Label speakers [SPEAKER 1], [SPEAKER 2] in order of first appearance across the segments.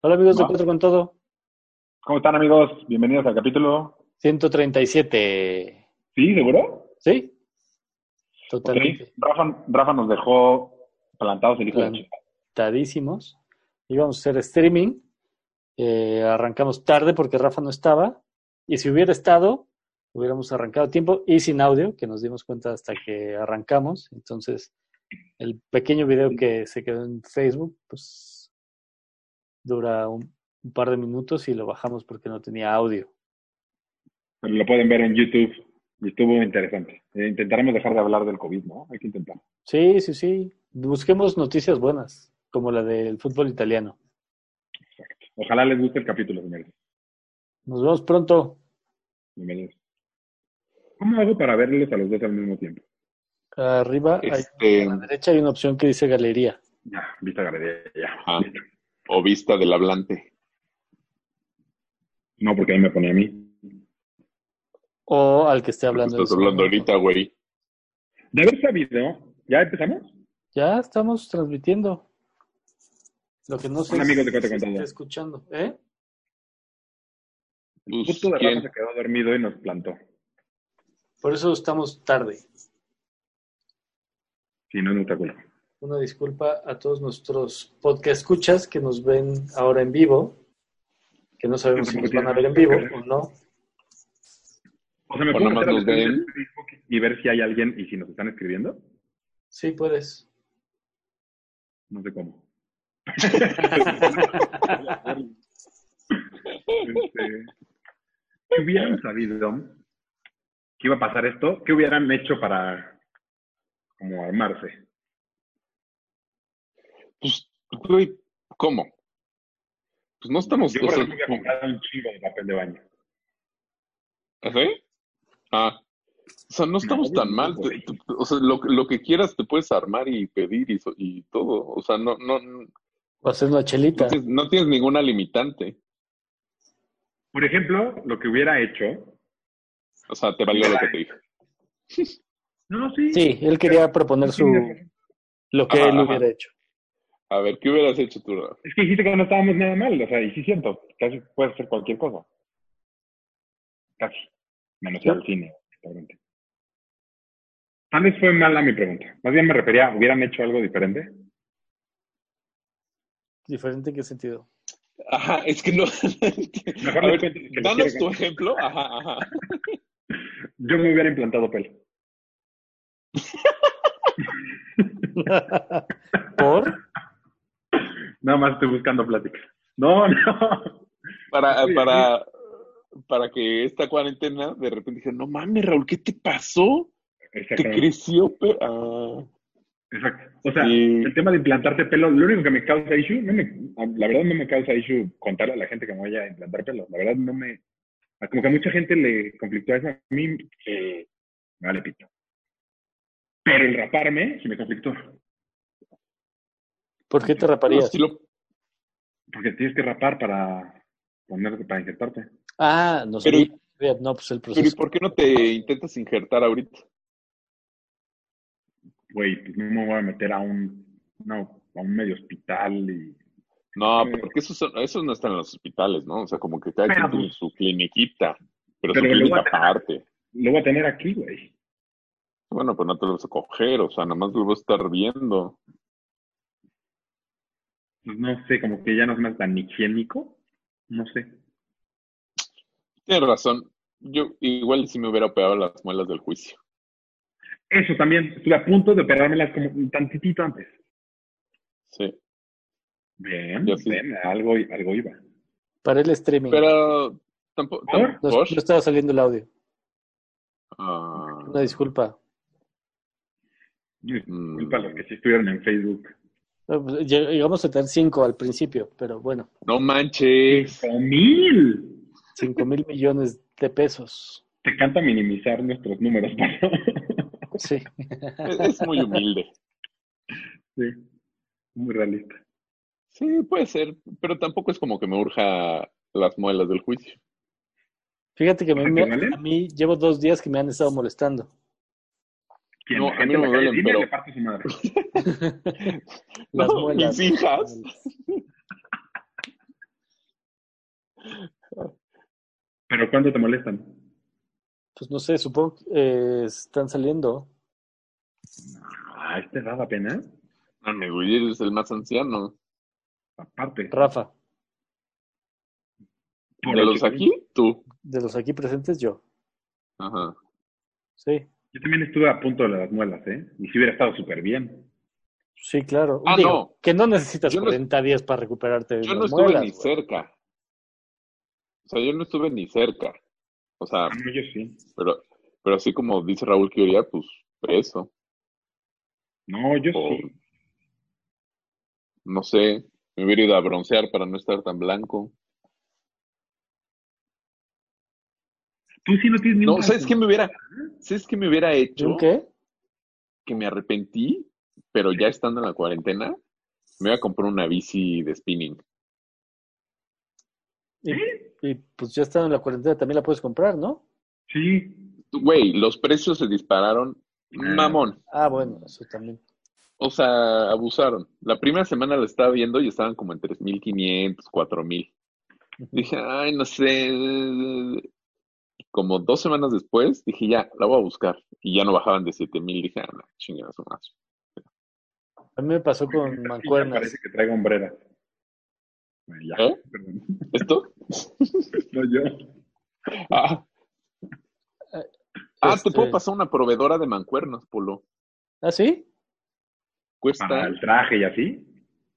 [SPEAKER 1] Hola amigos de
[SPEAKER 2] No.
[SPEAKER 1] Cuatro con Todo,
[SPEAKER 2] ¿Cómo están amigos? Bienvenidos al capítulo.
[SPEAKER 1] 137.
[SPEAKER 2] ¿Sí, seguro?
[SPEAKER 1] ¿Sí?
[SPEAKER 2] Ok.
[SPEAKER 1] Totalmente
[SPEAKER 2] Rafa, Rafa nos dejó plantados el hijo de la
[SPEAKER 1] Plan-
[SPEAKER 2] chica.
[SPEAKER 1] tadísimos. Íbamos a hacer streaming. eh, arrancamos tarde porque Rafa no estaba. Y si hubiera estado, hubiéramos arrancado a tiempo y sin audio, que nos dimos cuenta hasta que arrancamos. Entonces, el pequeño video que se quedó en Facebook, pues dura un- un par de minutos y lo bajamos porque no tenía audio.
[SPEAKER 2] Pero lo pueden ver en YouTube. Y estuvo interesante. Eh, Intentaremos dejar de hablar del COVID, ¿no? Hay que intentar.
[SPEAKER 1] Sí, sí, sí. Busquemos noticias buenas, como la del fútbol italiano.
[SPEAKER 2] Ojalá les guste el capítulo, señores.
[SPEAKER 1] Nos vemos pronto.
[SPEAKER 2] Bienvenidos. ¿Cómo hago para verlos a los dos al mismo tiempo?
[SPEAKER 1] Arriba, hay-
[SPEAKER 3] Este,
[SPEAKER 1] a la derecha hay una opción que dice galería.
[SPEAKER 2] Ya, vista galería, ya.
[SPEAKER 3] ah, o vista del hablante.
[SPEAKER 2] No, porque ahí me pone a mí.
[SPEAKER 1] O al que esté
[SPEAKER 3] Porque
[SPEAKER 1] hablando. en
[SPEAKER 3] Estás
[SPEAKER 1] ese
[SPEAKER 3] hablando
[SPEAKER 1] momento.
[SPEAKER 3] ahorita, güey.
[SPEAKER 2] De haber sabido, ¿ya empezamos?
[SPEAKER 1] Ya estamos transmitiendo. Lo que no sé
[SPEAKER 2] Un
[SPEAKER 1] es
[SPEAKER 2] amigo de Cuatro
[SPEAKER 1] si
[SPEAKER 2] con
[SPEAKER 1] se
[SPEAKER 2] Todo.
[SPEAKER 1] está escuchando. ¿Eh?
[SPEAKER 3] Pues,
[SPEAKER 2] Justo de Rafa
[SPEAKER 3] ¿quién?
[SPEAKER 2] se quedó dormido y nos plantó.
[SPEAKER 1] Por eso estamos tarde.
[SPEAKER 2] Sí, no es nuestra culpa.
[SPEAKER 1] Una disculpa a todos nuestros podcast escuchas que nos ven ahora en vivo, que no sabemos si nos van a ver en vivo o no.
[SPEAKER 2] O sea, ¿me
[SPEAKER 3] O
[SPEAKER 2] puedo
[SPEAKER 3] nomás
[SPEAKER 2] meter a
[SPEAKER 3] nos
[SPEAKER 2] la cuenta
[SPEAKER 3] ven.
[SPEAKER 2] de Facebook y ver si hay alguien y si nos están escribiendo?
[SPEAKER 1] Sí, puedes.
[SPEAKER 2] No sé cómo. Este, si hubieran sabido que iba a pasar esto, ¿qué hubieran hecho para como armarse?
[SPEAKER 3] Pues, güey, ¿cómo? Pues no estamos.
[SPEAKER 2] Yo
[SPEAKER 3] o
[SPEAKER 2] por
[SPEAKER 3] sea,
[SPEAKER 2] ejemplo me comprado un chingo de papel de baño.
[SPEAKER 3] ¿eh? Ah. O sea, no estamos
[SPEAKER 2] No,
[SPEAKER 3] tan mal.
[SPEAKER 2] güey.
[SPEAKER 3] Te- te- o sea, lo, lo que quieras te puedes armar y pedir y, so- y todo. O sea, no, no, no,
[SPEAKER 1] O hacer una chelita.
[SPEAKER 3] tienes, no tienes ninguna limitante.
[SPEAKER 2] Por ejemplo, lo que hubiera hecho.
[SPEAKER 3] O sea, te valió lo que te dije.
[SPEAKER 2] No, sí.
[SPEAKER 1] Sí, él quería proponer
[SPEAKER 2] Sí,
[SPEAKER 1] su lo que
[SPEAKER 3] Ajá,
[SPEAKER 1] él
[SPEAKER 3] ajá.
[SPEAKER 1] hubiera hecho.
[SPEAKER 3] A ver, ¿qué hubieras hecho tú? Rafa?
[SPEAKER 2] Es que dijiste que no estábamos nada mal, o sea, y sí siento, casi puedes hacer cualquier cosa. Casi. Menos ir al cine, obviamente. Tal vez fue mala mi pregunta. Más bien me refería, ¿hubieran hecho algo diferente?
[SPEAKER 1] ¿Diferente en qué sentido?
[SPEAKER 3] Ajá, es que no.
[SPEAKER 2] Mejor
[SPEAKER 3] A
[SPEAKER 2] les
[SPEAKER 3] ver,
[SPEAKER 2] cuento que les
[SPEAKER 3] danos tu
[SPEAKER 2] quiero-
[SPEAKER 3] ejemplo. Ajá, ajá.
[SPEAKER 2] Yo me hubiera implantado pelo.
[SPEAKER 1] ¿Por?
[SPEAKER 2] Nada más estoy buscando plática. No, no.
[SPEAKER 3] Para,
[SPEAKER 2] Oye,
[SPEAKER 3] para, para que esta cuarentena de repente dije, no mames, Raúl, ¿qué te pasó? Te
[SPEAKER 2] Exactamente.
[SPEAKER 3] creció, pero... ah".
[SPEAKER 2] Exacto. O sea,
[SPEAKER 3] Y-
[SPEAKER 2] el tema de implantarte pelo, lo único que me causa issue, no me, la verdad no me causa issue contarle a la gente que me vaya a implantar pelo. La verdad no me. Como que a mucha gente le conflictó eso. A mí, eh, me vale pito. Pero el raparme, sí me conflictó.
[SPEAKER 1] ¿Por qué te
[SPEAKER 3] Pero
[SPEAKER 1] raparías?
[SPEAKER 3] sí lo-
[SPEAKER 2] Pues Porque tienes que rapar para ponerte, para insertarte.
[SPEAKER 1] Ah, no sé.
[SPEAKER 3] Pero-
[SPEAKER 1] No, pues el
[SPEAKER 3] pero ¿y
[SPEAKER 1] proceso.
[SPEAKER 3] por qué no te intentas injertar ahorita?
[SPEAKER 2] Güey, pues no me voy a meter a un, no, a un medio hospital y.
[SPEAKER 3] No,
[SPEAKER 2] Mm.
[SPEAKER 3] porque esos, son- esos no están en los hospitales, ¿no? O sea, como que cada
[SPEAKER 2] Pero,
[SPEAKER 3] quien tiene
[SPEAKER 2] pues,
[SPEAKER 3] su cliniquita, pero,
[SPEAKER 2] pero
[SPEAKER 3] su
[SPEAKER 2] lo
[SPEAKER 3] clínica
[SPEAKER 2] voy a tener.
[SPEAKER 3] aparte.
[SPEAKER 2] Lo voy a tener aquí, güey.
[SPEAKER 3] Bueno, pues no te lo vas a coger, o sea, nada más lo vas a estar viendo.
[SPEAKER 2] Pues no sé, como que ya no es más tan higiénico. No sé.
[SPEAKER 3] Tienes razón. Yo igual sí me hubiera operado las muelas del juicio.
[SPEAKER 2] Eso también, estuve a punto de operármelas como un tantitito antes.
[SPEAKER 3] Sí.
[SPEAKER 2] Bien,
[SPEAKER 3] Ya sí.
[SPEAKER 2] bien, algo, algo iba.
[SPEAKER 1] Para el streaming.
[SPEAKER 3] Pero tampoco...
[SPEAKER 2] ¿Por?
[SPEAKER 1] no, no estaba saliendo el audio.
[SPEAKER 3] Ah.
[SPEAKER 1] Una disculpa.
[SPEAKER 3] Mm,
[SPEAKER 2] Disculpa a los que sí estuvieron en Facebook.
[SPEAKER 1] No, pues, lleg- Llegamos a tener cinco al principio, pero bueno,
[SPEAKER 3] No manches.
[SPEAKER 2] ¡Cinco mil!
[SPEAKER 1] cinco mil millones de pesos.
[SPEAKER 2] Te canta minimizar nuestros números, ¿no?
[SPEAKER 1] Sí.
[SPEAKER 3] Es, es muy humilde.
[SPEAKER 2] Sí, muy realista.
[SPEAKER 3] Sí, puede ser, pero tampoco es como que me urja las muelas del juicio.
[SPEAKER 1] Fíjate que me-
[SPEAKER 2] ¿Te
[SPEAKER 1] me-
[SPEAKER 2] duele?
[SPEAKER 1] a mí llevo dos días que me han estado molestando.
[SPEAKER 2] ¿Quién?
[SPEAKER 3] No,
[SPEAKER 2] ¿La
[SPEAKER 3] a
[SPEAKER 2] gente en
[SPEAKER 3] mí no
[SPEAKER 2] la
[SPEAKER 3] me
[SPEAKER 2] calle?
[SPEAKER 3] duelen,
[SPEAKER 2] Dile,
[SPEAKER 3] pero-
[SPEAKER 2] le parto su madre.
[SPEAKER 1] Las
[SPEAKER 3] No,
[SPEAKER 1] muelas.
[SPEAKER 3] mis hijas.
[SPEAKER 2] ¿Pero cuánto te molestan?
[SPEAKER 1] Pues no sé, supongo que eh, están saliendo.
[SPEAKER 2] Ah, este daba pena.
[SPEAKER 3] No, me güey, eres el más anciano.
[SPEAKER 2] Aparte.
[SPEAKER 1] Rafa,
[SPEAKER 2] Por
[SPEAKER 3] ¿De
[SPEAKER 2] el
[SPEAKER 3] los
[SPEAKER 2] chico.
[SPEAKER 3] aquí? Tú.
[SPEAKER 1] de los aquí presentes, yo.
[SPEAKER 3] Ajá.
[SPEAKER 1] Sí,
[SPEAKER 2] Yo también estuve a punto de las muelas, ¿eh? Y si hubiera estado súper bien.
[SPEAKER 1] sí, claro.
[SPEAKER 3] Ah,
[SPEAKER 1] Digo,
[SPEAKER 3] no.
[SPEAKER 1] Que no necesitas
[SPEAKER 3] Yo no-
[SPEAKER 1] 40 días para recuperarte de
[SPEAKER 3] Yo
[SPEAKER 1] las
[SPEAKER 3] no estuve
[SPEAKER 1] muelas,
[SPEAKER 3] ni
[SPEAKER 1] güey.
[SPEAKER 3] cerca. O sea, yo no estuve ni cerca. O sea,
[SPEAKER 2] Ah, no, yo sí.
[SPEAKER 3] pero, pero así como dice Raúl que iría, pues eso.
[SPEAKER 2] No, yo
[SPEAKER 3] O,
[SPEAKER 2] sí.
[SPEAKER 3] no sé, me hubiera ido a broncear para no estar tan blanco.
[SPEAKER 2] Tú sí no tienes ni un
[SPEAKER 3] No, ¿sabes qué me hubiera, ¿sabes qué me hubiera
[SPEAKER 1] ¿Y un
[SPEAKER 3] hecho?
[SPEAKER 1] qué?
[SPEAKER 3] Que me arrepentí, pero ya estando en la cuarentena, me iba a comprar una bici de spinning.
[SPEAKER 1] Y,
[SPEAKER 2] ¿Eh?
[SPEAKER 1] y, pues ya están en la cuarentena, también la puedes comprar, ¿no?
[SPEAKER 2] Sí.
[SPEAKER 3] Güey, los precios se dispararon.
[SPEAKER 2] Ah.
[SPEAKER 3] Mamón.
[SPEAKER 1] Ah, bueno, eso también.
[SPEAKER 3] O sea, abusaron. La primera semana la estaba viendo y estaban como en 3.500, 4.000. Dije, ay, no sé. Como dos semanas después, dije, ya, la voy a buscar. Y ya no bajaban de 7.000. Dije, ah, no, chingadas más.
[SPEAKER 1] A mí me pasó con mancuernas.
[SPEAKER 2] Parece que traigo hombrera. Bueno, ya.
[SPEAKER 3] ¿Eh?
[SPEAKER 2] Perdón.
[SPEAKER 3] ¿Esto?
[SPEAKER 2] No, yo.
[SPEAKER 3] Ah, Ah,
[SPEAKER 1] Este-
[SPEAKER 3] te puedo pasar una proveedora de mancuernas, Polo.
[SPEAKER 1] ¿Ah, sí?
[SPEAKER 2] Para
[SPEAKER 3] Cuesta,
[SPEAKER 2] el traje y así.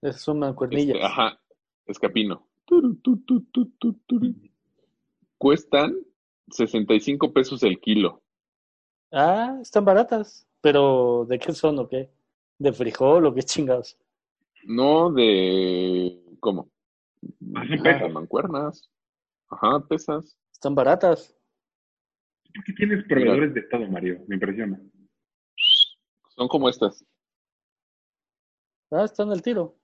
[SPEAKER 1] Esas son
[SPEAKER 3] este,
[SPEAKER 1] mancuernillas.
[SPEAKER 3] ajá, escapino. Turu, tu, tu, tu, tu, turu. Cuestan 65 pesos el kilo.
[SPEAKER 1] Ah, están baratas. Pero, ¿de qué son o qué? ¿De frijol o qué chingados?
[SPEAKER 3] No de... ¿Cómo?
[SPEAKER 2] Ah, sí,
[SPEAKER 3] Ajá,
[SPEAKER 2] pesas.
[SPEAKER 3] de mancuernas. Ajá, pesas.
[SPEAKER 1] Están baratas.
[SPEAKER 2] ¿Por qué tienes proveedores de todo, Mario? Me impresiona.
[SPEAKER 3] Son como estas,
[SPEAKER 1] Ah, están al tiro.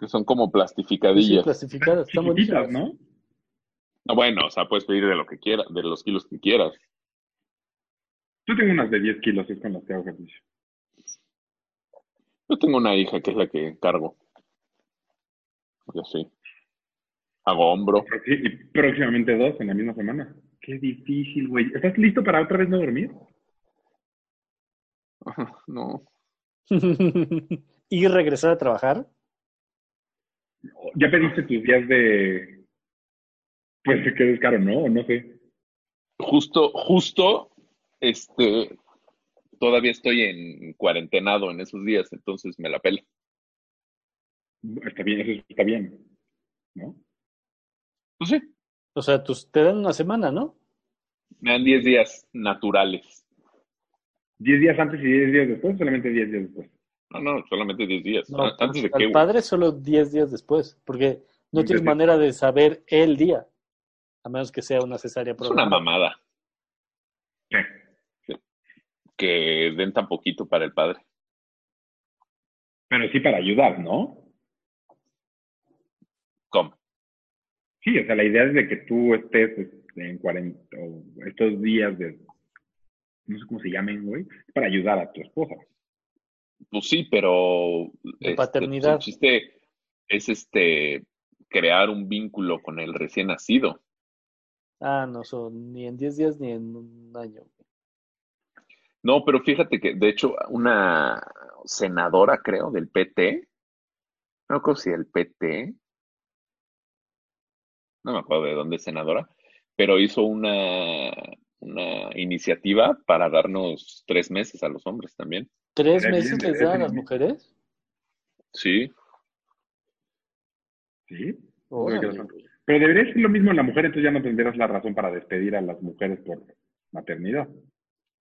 [SPEAKER 3] que son como
[SPEAKER 1] Sí,
[SPEAKER 3] plastificadillas.
[SPEAKER 1] clasificadas, están
[SPEAKER 2] Chiquititas,
[SPEAKER 1] bonitas.
[SPEAKER 2] ¿no?
[SPEAKER 3] Ah, bueno, o sea, puedes pedir de lo que quieras, de los kilos que quieras.
[SPEAKER 2] Yo tengo unas de 10 kilos, es con las que hago ejercicio.
[SPEAKER 3] Yo tengo una hija que es la que cargo. Y así. Hago hombro.
[SPEAKER 2] Pero sí, Y próximamente dos en la misma semana. Qué difícil, güey. ¿Estás listo para otra vez no dormir?
[SPEAKER 3] Ajá, No.
[SPEAKER 1] y regresar a trabajar.
[SPEAKER 2] ¿Ya pediste tus días de... Pues que descaro, ¿no? O No sé.
[SPEAKER 3] Justo, justo, este, todavía estoy en cuarentenado en esos días, entonces me la pela.
[SPEAKER 2] Está bien, eso está bien. ¿No?
[SPEAKER 3] Pues sí,
[SPEAKER 1] O sea, tus, te dan una semana, ¿no?
[SPEAKER 3] me dan 10 días naturales.
[SPEAKER 2] 10 días antes y 10 días después, solamente 10 días después.
[SPEAKER 3] No, no, solamente 10 días.
[SPEAKER 1] No, pues
[SPEAKER 3] Ah, Antes de
[SPEAKER 1] al
[SPEAKER 3] que, güey.
[SPEAKER 1] padre solo 10 días después, porque no
[SPEAKER 2] Antes
[SPEAKER 1] tienes
[SPEAKER 2] de-
[SPEAKER 1] manera de saber el día, a menos que sea una cesárea
[SPEAKER 3] es una
[SPEAKER 1] programada.
[SPEAKER 3] mamada
[SPEAKER 2] ¿Qué?
[SPEAKER 3] que den tan poquito para el padre.
[SPEAKER 2] Pero sí para ayudar, ¿no?
[SPEAKER 3] ¿Cómo?
[SPEAKER 2] Sí, o sea, la idea es de que tú estés este, en 40 o estos días de... No sé cómo se llamen, güey. Para ayudar a tu esposa.
[SPEAKER 3] Pues sí, pero este,
[SPEAKER 1] paternidad.
[SPEAKER 3] pues, el chiste es este crear un vínculo con el recién nacido.
[SPEAKER 1] Ah, no, son ni en 10 días ni en un año.
[SPEAKER 3] No, pero fíjate que, de hecho, una senadora, creo, del PT, no me acuerdo si del PT, no me acuerdo de dónde es senadora, pero hizo una, una iniciativa para darnos tres meses a los hombres también.
[SPEAKER 1] ¿Tres
[SPEAKER 2] Era
[SPEAKER 1] meses
[SPEAKER 2] bien,
[SPEAKER 1] les
[SPEAKER 2] era
[SPEAKER 1] dan a las
[SPEAKER 2] bien.
[SPEAKER 1] mujeres?
[SPEAKER 3] Sí.
[SPEAKER 2] ¿Sí?
[SPEAKER 1] Órale,
[SPEAKER 2] no.
[SPEAKER 1] güey.
[SPEAKER 2] Pero debería ser lo mismo en la mujer, entonces ya no tendrías la razón para despedir a las mujeres por maternidad.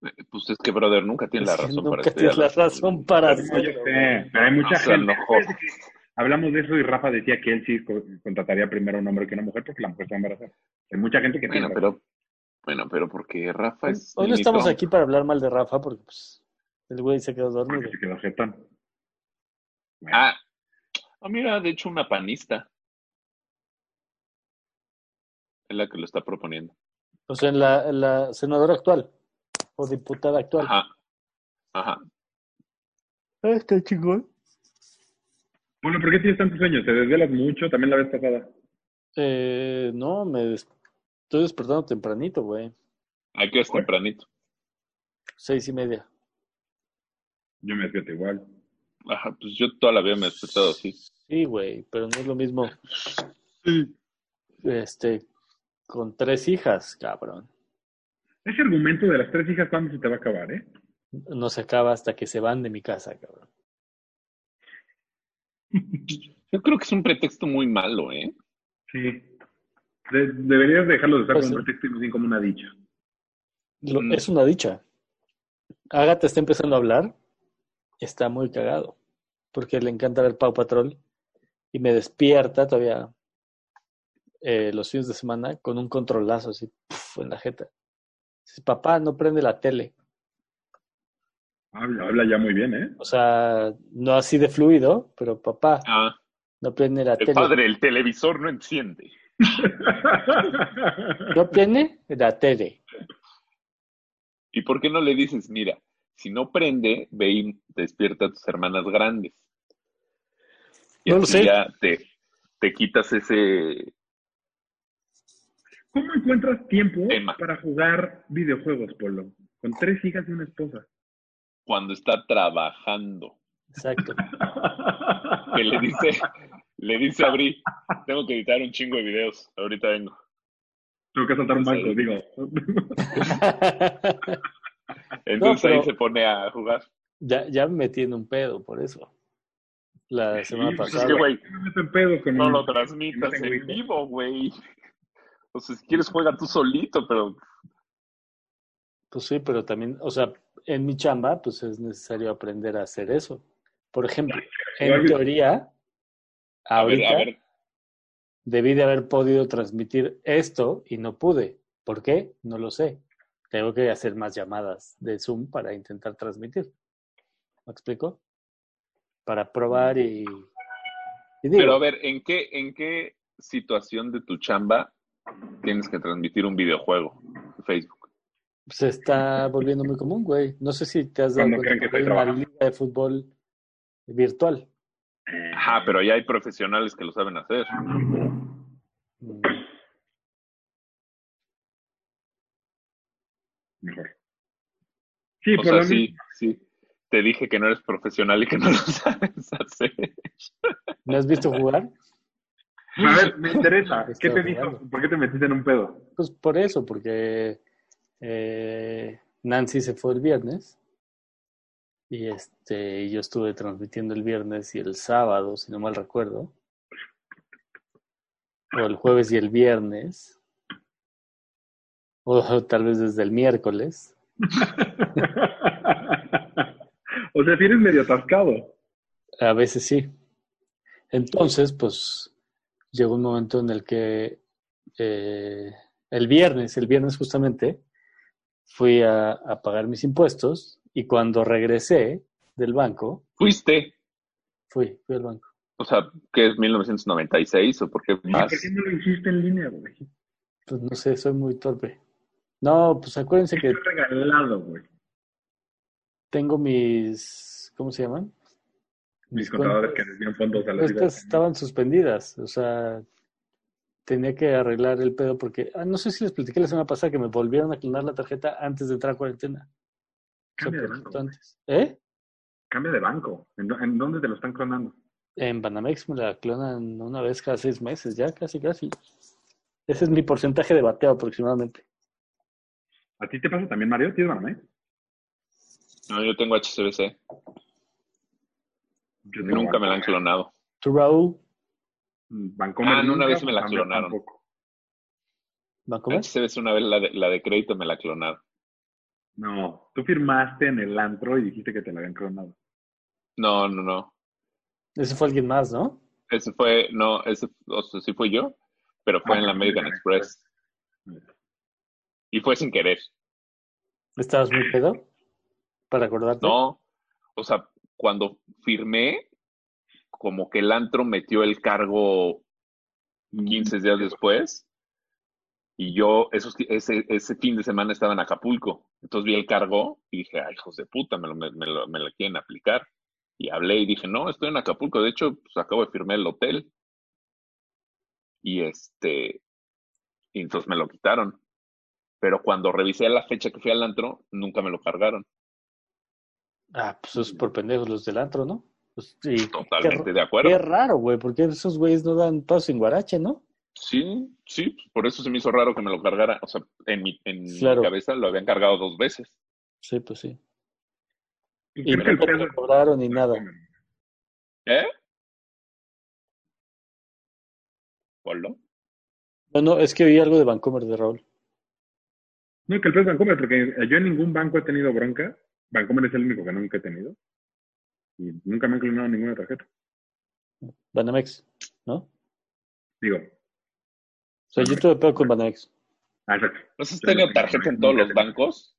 [SPEAKER 3] Eh, Pues es que, brother, nunca tienes la
[SPEAKER 1] Es que nunca
[SPEAKER 3] razón para estudiar
[SPEAKER 1] tienes la
[SPEAKER 3] las-
[SPEAKER 1] razón para
[SPEAKER 2] No, yo
[SPEAKER 1] hacerlo. güey.
[SPEAKER 2] sé, este, pero hay mucha
[SPEAKER 3] O sea,
[SPEAKER 2] gente.
[SPEAKER 3] no jodas.
[SPEAKER 2] Hablamos de eso y Rafa decía que él sí co- contrataría primero a un hombre que a una mujer porque la mujer se va a embarazar. Hay mucha gente que
[SPEAKER 3] Bueno,
[SPEAKER 2] tiene
[SPEAKER 3] pero, bueno, pero porque Rafa es
[SPEAKER 1] Hoy no estamos
[SPEAKER 3] ministro.
[SPEAKER 1] aquí para hablar mal de Rafa, porque pues, el güey se quedó
[SPEAKER 2] razón
[SPEAKER 1] dormido.
[SPEAKER 2] porque se quedó jetón. Bueno,
[SPEAKER 3] Ah, ah, mira, de hecho, una panista. Es la que lo está proponiendo.
[SPEAKER 1] O sea, en la, en la senadora actual o diputada actual.
[SPEAKER 3] Ajá. Ajá.
[SPEAKER 1] Ah, está chingón.
[SPEAKER 2] Bueno, ¿por qué tienes tantos sueños? ¿Te desvelas mucho? También la vez pasada.
[SPEAKER 1] Eh, no, me des- estoy despertando tempranito, güey.
[SPEAKER 3] Aquí es tempranito.
[SPEAKER 1] Seis y media.
[SPEAKER 2] Yo me despierto igual.
[SPEAKER 3] Ajá, pues yo toda la vida me he despertado así.
[SPEAKER 1] Sí, güey, pero no es lo mismo. Este, con tres hijas, cabrón.
[SPEAKER 2] Ese argumento de las tres hijas, ¿cuándo se te va a acabar, eh?
[SPEAKER 1] No se acaba hasta que se van de mi casa, cabrón.
[SPEAKER 3] Yo creo que es un pretexto muy malo, ¿eh?
[SPEAKER 2] Sí. De- deberías dejarlo de usar
[SPEAKER 1] Pues
[SPEAKER 2] como
[SPEAKER 1] sí.
[SPEAKER 2] pretexto y más bien como una dicha.
[SPEAKER 1] Lo-
[SPEAKER 3] Mm.
[SPEAKER 1] Es una dicha. Agatha está empezando a hablar. Está muy cagado. Porque le encanta ver Pau Patrol. Y me despierta todavía eh, los fines de semana con un controlazo así puf, en la jeta. Dice, papá, no prende la tele.
[SPEAKER 2] Habla, habla ya muy bien, ¿eh?
[SPEAKER 1] O sea, no así de fluido, pero papá,
[SPEAKER 3] Ah,
[SPEAKER 1] no prende la
[SPEAKER 3] el
[SPEAKER 1] tele.
[SPEAKER 3] padre, el televisor no enciende.
[SPEAKER 1] No prende la tele.
[SPEAKER 3] ¿Y por qué no le dices, mira, si no prende, ve y despierta a tus hermanas grandes? Y
[SPEAKER 1] No lo
[SPEAKER 3] así
[SPEAKER 1] sé.
[SPEAKER 3] ya te, te quitas ese...
[SPEAKER 2] ¿Cómo encuentras tiempo
[SPEAKER 3] Tema.
[SPEAKER 2] para jugar videojuegos, Polo? Con tres hijas y una esposa.
[SPEAKER 3] cuando está trabajando.
[SPEAKER 1] Exacto.
[SPEAKER 3] Que le dice, le dice a Bri, tengo que editar un chingo de videos, ahorita vengo.
[SPEAKER 2] Tengo que saltar un banco,
[SPEAKER 3] Sí.
[SPEAKER 2] digo.
[SPEAKER 3] Entonces
[SPEAKER 1] No, pero-
[SPEAKER 3] ahí se pone a jugar.
[SPEAKER 1] ya, ya me metí en un pedo por eso. La semana
[SPEAKER 2] pues es
[SPEAKER 3] Es
[SPEAKER 1] pasada.
[SPEAKER 3] que, güey,
[SPEAKER 2] Me meto en pedos con
[SPEAKER 3] no
[SPEAKER 2] el-
[SPEAKER 3] lo transmitas
[SPEAKER 2] tengo
[SPEAKER 3] en
[SPEAKER 2] hijos.
[SPEAKER 3] vivo, güey. O sea, si quieres juega tú solito, pero
[SPEAKER 1] Pues sí, pero también, o sea, en mi chamba, pues es necesario aprender a hacer eso. Por ejemplo, en
[SPEAKER 2] Claro.
[SPEAKER 1] teoría,
[SPEAKER 3] a ver,
[SPEAKER 1] ahorita
[SPEAKER 3] a ver,
[SPEAKER 1] debí de haber podido transmitir esto y no pude. ¿Por qué? No lo sé. Tengo que hacer más llamadas de Zoom para intentar transmitir. ¿Me explico? Para probar y... y digo,
[SPEAKER 3] pero a ver, ¿en qué, en qué situación de tu chamba tienes que transmitir un videojuego en Facebook?
[SPEAKER 1] pues, se está volviendo muy común, güey. No sé si te has dado
[SPEAKER 2] Cuando
[SPEAKER 1] cuenta
[SPEAKER 2] creen que
[SPEAKER 1] hay
[SPEAKER 2] estoy
[SPEAKER 1] una
[SPEAKER 2] trabajando.
[SPEAKER 1] liga de fútbol virtual.
[SPEAKER 2] Ah,
[SPEAKER 3] Ajá, pero ya hay profesionales que lo saben hacer.
[SPEAKER 1] Mm,
[SPEAKER 2] Mejor. Sí,
[SPEAKER 3] O
[SPEAKER 2] por
[SPEAKER 3] sea,
[SPEAKER 2] lo
[SPEAKER 3] sí, sí. Te dije que no eres profesional y que no lo sabes hacer.
[SPEAKER 1] ¿Me has visto jugar?
[SPEAKER 2] menos- A ver, me interesa. ¿Qué
[SPEAKER 1] Estoy
[SPEAKER 2] te dijo?
[SPEAKER 1] jugando.
[SPEAKER 2] ¿Por qué te metiste en un pedo?
[SPEAKER 1] Pues por eso, porque eh, Nancy se fue el viernes y este y yo estuve transmitiendo el viernes y el sábado, si no mal recuerdo, o el jueves y el viernes, o tal vez desde el miércoles.
[SPEAKER 2] o sea, tienes medio atascado.
[SPEAKER 1] A veces sí. Entonces, pues llegó un momento en el que eh, el viernes, el viernes justamente, fui a, a pagar mis impuestos y cuando regresé del banco,
[SPEAKER 3] Fuiste.
[SPEAKER 1] fui, fui al banco.
[SPEAKER 3] O sea, ¿qué es 1996 o por qué
[SPEAKER 2] Oye,
[SPEAKER 3] más?
[SPEAKER 2] ¿Por qué no lo hiciste en línea, güey?
[SPEAKER 1] Pues no sé, soy muy torpe. No, pues acuérdense que
[SPEAKER 2] Está regalado, güey.
[SPEAKER 1] tengo mis, ¿cómo se llaman?
[SPEAKER 2] Mis contadores que
[SPEAKER 1] cuentas-
[SPEAKER 2] desvían fondos a la
[SPEAKER 1] Estas
[SPEAKER 2] vida.
[SPEAKER 1] estaban suspendidas, o sea, tenía que arreglar el pedo porque, ah, no sé si les platiqué la semana pasada que me volvieron a clonar la tarjeta antes de entrar a cuarentena. O sea,
[SPEAKER 2] Cambia de
[SPEAKER 1] poquito
[SPEAKER 2] banco.
[SPEAKER 1] antes. ¿Eh?
[SPEAKER 2] Cambia de banco. ¿En, dó- en dónde te lo están clonando?
[SPEAKER 1] En Banamex me la clonan una vez cada seis meses, ya casi, casi. Ese es mi porcentaje de bateo aproximadamente.
[SPEAKER 2] ¿A ti te pasa también, Mario? ¿Tienes mamá, eh?
[SPEAKER 3] No, yo tengo HCBC.
[SPEAKER 2] Yo tengo
[SPEAKER 3] Nunca me la han
[SPEAKER 2] Bancomer.
[SPEAKER 3] clonado.
[SPEAKER 1] ¿Tú, Raúl?
[SPEAKER 2] Bancomer
[SPEAKER 3] Ah, no,
[SPEAKER 2] nunca,
[SPEAKER 3] una vez me la
[SPEAKER 2] Bancomer
[SPEAKER 3] clonaron.
[SPEAKER 2] tampoco.
[SPEAKER 1] ¿Bancomer?
[SPEAKER 3] HCBC una vez la de, la de crédito me la clonaron.
[SPEAKER 2] No, tú firmaste en el antro y dijiste que te la habían clonado.
[SPEAKER 3] No, no, no.
[SPEAKER 1] Ese fue alguien más, ¿no?
[SPEAKER 3] Ese fue, no, ese, o sea, sí fui yo, pero fue
[SPEAKER 2] Ah,
[SPEAKER 3] en la American
[SPEAKER 2] American
[SPEAKER 3] Express. Y fue sin querer.
[SPEAKER 1] ¿Estabas muy pedo? Para acordarte.
[SPEAKER 3] No, o sea, cuando firmé, como que el antro metió el cargo 15 días después. Y yo, esos, ese, ese fin de semana estaba en Acapulco. Entonces vi el cargo y dije, ay, hijos de puta, me lo, me, lo, me lo quieren aplicar. Y hablé y dije, no, estoy en Acapulco. De hecho, pues acabo de firmar el hotel. Y este, y entonces me lo quitaron. Pero cuando revisé la fecha que fui al antro, nunca me lo cargaron.
[SPEAKER 1] Ah, pues es por pendejos los del antro, ¿no? Pues, y
[SPEAKER 3] Totalmente
[SPEAKER 1] qué,
[SPEAKER 3] de acuerdo.
[SPEAKER 1] Qué raro, güey, porque esos güeyes no dan paso en guarache, ¿no?
[SPEAKER 3] Sí, sí, por eso se me hizo raro que me lo cargara. O sea, en mi, en mi
[SPEAKER 1] Claro.
[SPEAKER 3] cabeza lo habían cargado dos veces.
[SPEAKER 1] Sí, pues sí. Y
[SPEAKER 2] Creo que el
[SPEAKER 1] tampoco
[SPEAKER 2] pedo
[SPEAKER 1] lo cobraron ni nada.
[SPEAKER 3] ¿Eh? ¿Polo?
[SPEAKER 1] No, no, es que oí algo de Vancomer de Raúl.
[SPEAKER 2] No, que el pedo es Bancomer, porque eh, yo en ningún banco he tenido bronca. Bancomer es el único que nunca he tenido. Y nunca me han clonado ninguna tarjeta.
[SPEAKER 1] Banamex, ¿no?
[SPEAKER 2] Digo,
[SPEAKER 1] O sea, yo tuve peor con Banamex.
[SPEAKER 2] al rato.
[SPEAKER 3] ¿No has
[SPEAKER 2] Yo no
[SPEAKER 3] tenido
[SPEAKER 2] tengo
[SPEAKER 3] tarjeta en
[SPEAKER 2] ningún
[SPEAKER 3] todos los
[SPEAKER 2] tarjeta.
[SPEAKER 3] bancos?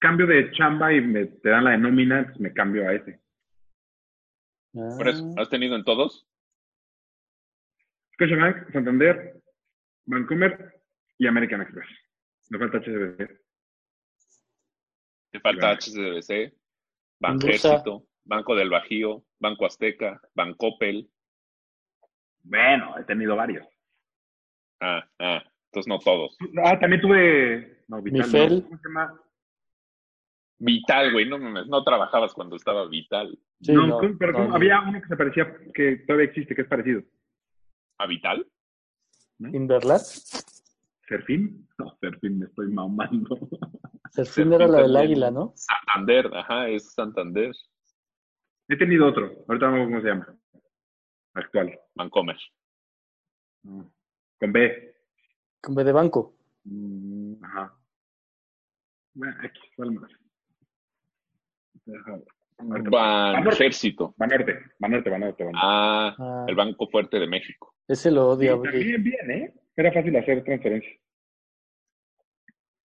[SPEAKER 2] Cambio de chamba y me, te dan la de nómina, pues me cambio a ese.
[SPEAKER 1] Ah,
[SPEAKER 3] ¿Por eso? ¿Has tenido en todos?
[SPEAKER 2] Scotiabank, Santander, Bancomer y American Express. Me falta HSBC.
[SPEAKER 3] Te falta
[SPEAKER 2] Claro.
[SPEAKER 3] HSBC,
[SPEAKER 1] Endesa.
[SPEAKER 3] Banjército, Banco del Bajío, Banco Azteca, Bancopel.
[SPEAKER 2] Bueno, he tenido varios.
[SPEAKER 3] Ah, ah, entonces no todos.
[SPEAKER 2] Ah, también tuve. No, Vital,
[SPEAKER 1] Mifel.
[SPEAKER 2] no. ¿Cómo se llama?
[SPEAKER 3] Vital, güey, no mames, no trabajabas cuando estaba Vital.
[SPEAKER 1] sí,
[SPEAKER 2] no, ¿cómo- pero
[SPEAKER 1] no,
[SPEAKER 2] cómo?
[SPEAKER 1] no.
[SPEAKER 2] había uno que se parecía, que todavía existe, que es parecido.
[SPEAKER 3] ¿A Vital?
[SPEAKER 1] ¿Inverlat?
[SPEAKER 2] ¿Serfín? No, Serfín, me estoy mamando.
[SPEAKER 1] Serfín era la del
[SPEAKER 3] también.
[SPEAKER 1] águila, ¿no?
[SPEAKER 3] Santander, ajá, es Santander.
[SPEAKER 2] He tenido otro, ahorita no me acuerdo cómo se llama. Actual.
[SPEAKER 3] Bancomer.
[SPEAKER 2] No. Con B.
[SPEAKER 1] Con B de banco.
[SPEAKER 2] Mm, Ajá. Bueno, aquí, ¿cuál más? Deja ver. Ahorita-
[SPEAKER 3] Banjército.
[SPEAKER 2] Banorte, Banorte, Banorte, Banorte.
[SPEAKER 3] Ah,
[SPEAKER 1] Ah,
[SPEAKER 3] el Banco Fuerte de México.
[SPEAKER 1] ese lo
[SPEAKER 2] Sí,
[SPEAKER 1] odia, güey.
[SPEAKER 2] también bien, ¿eh? Era fácil hacer transferencias.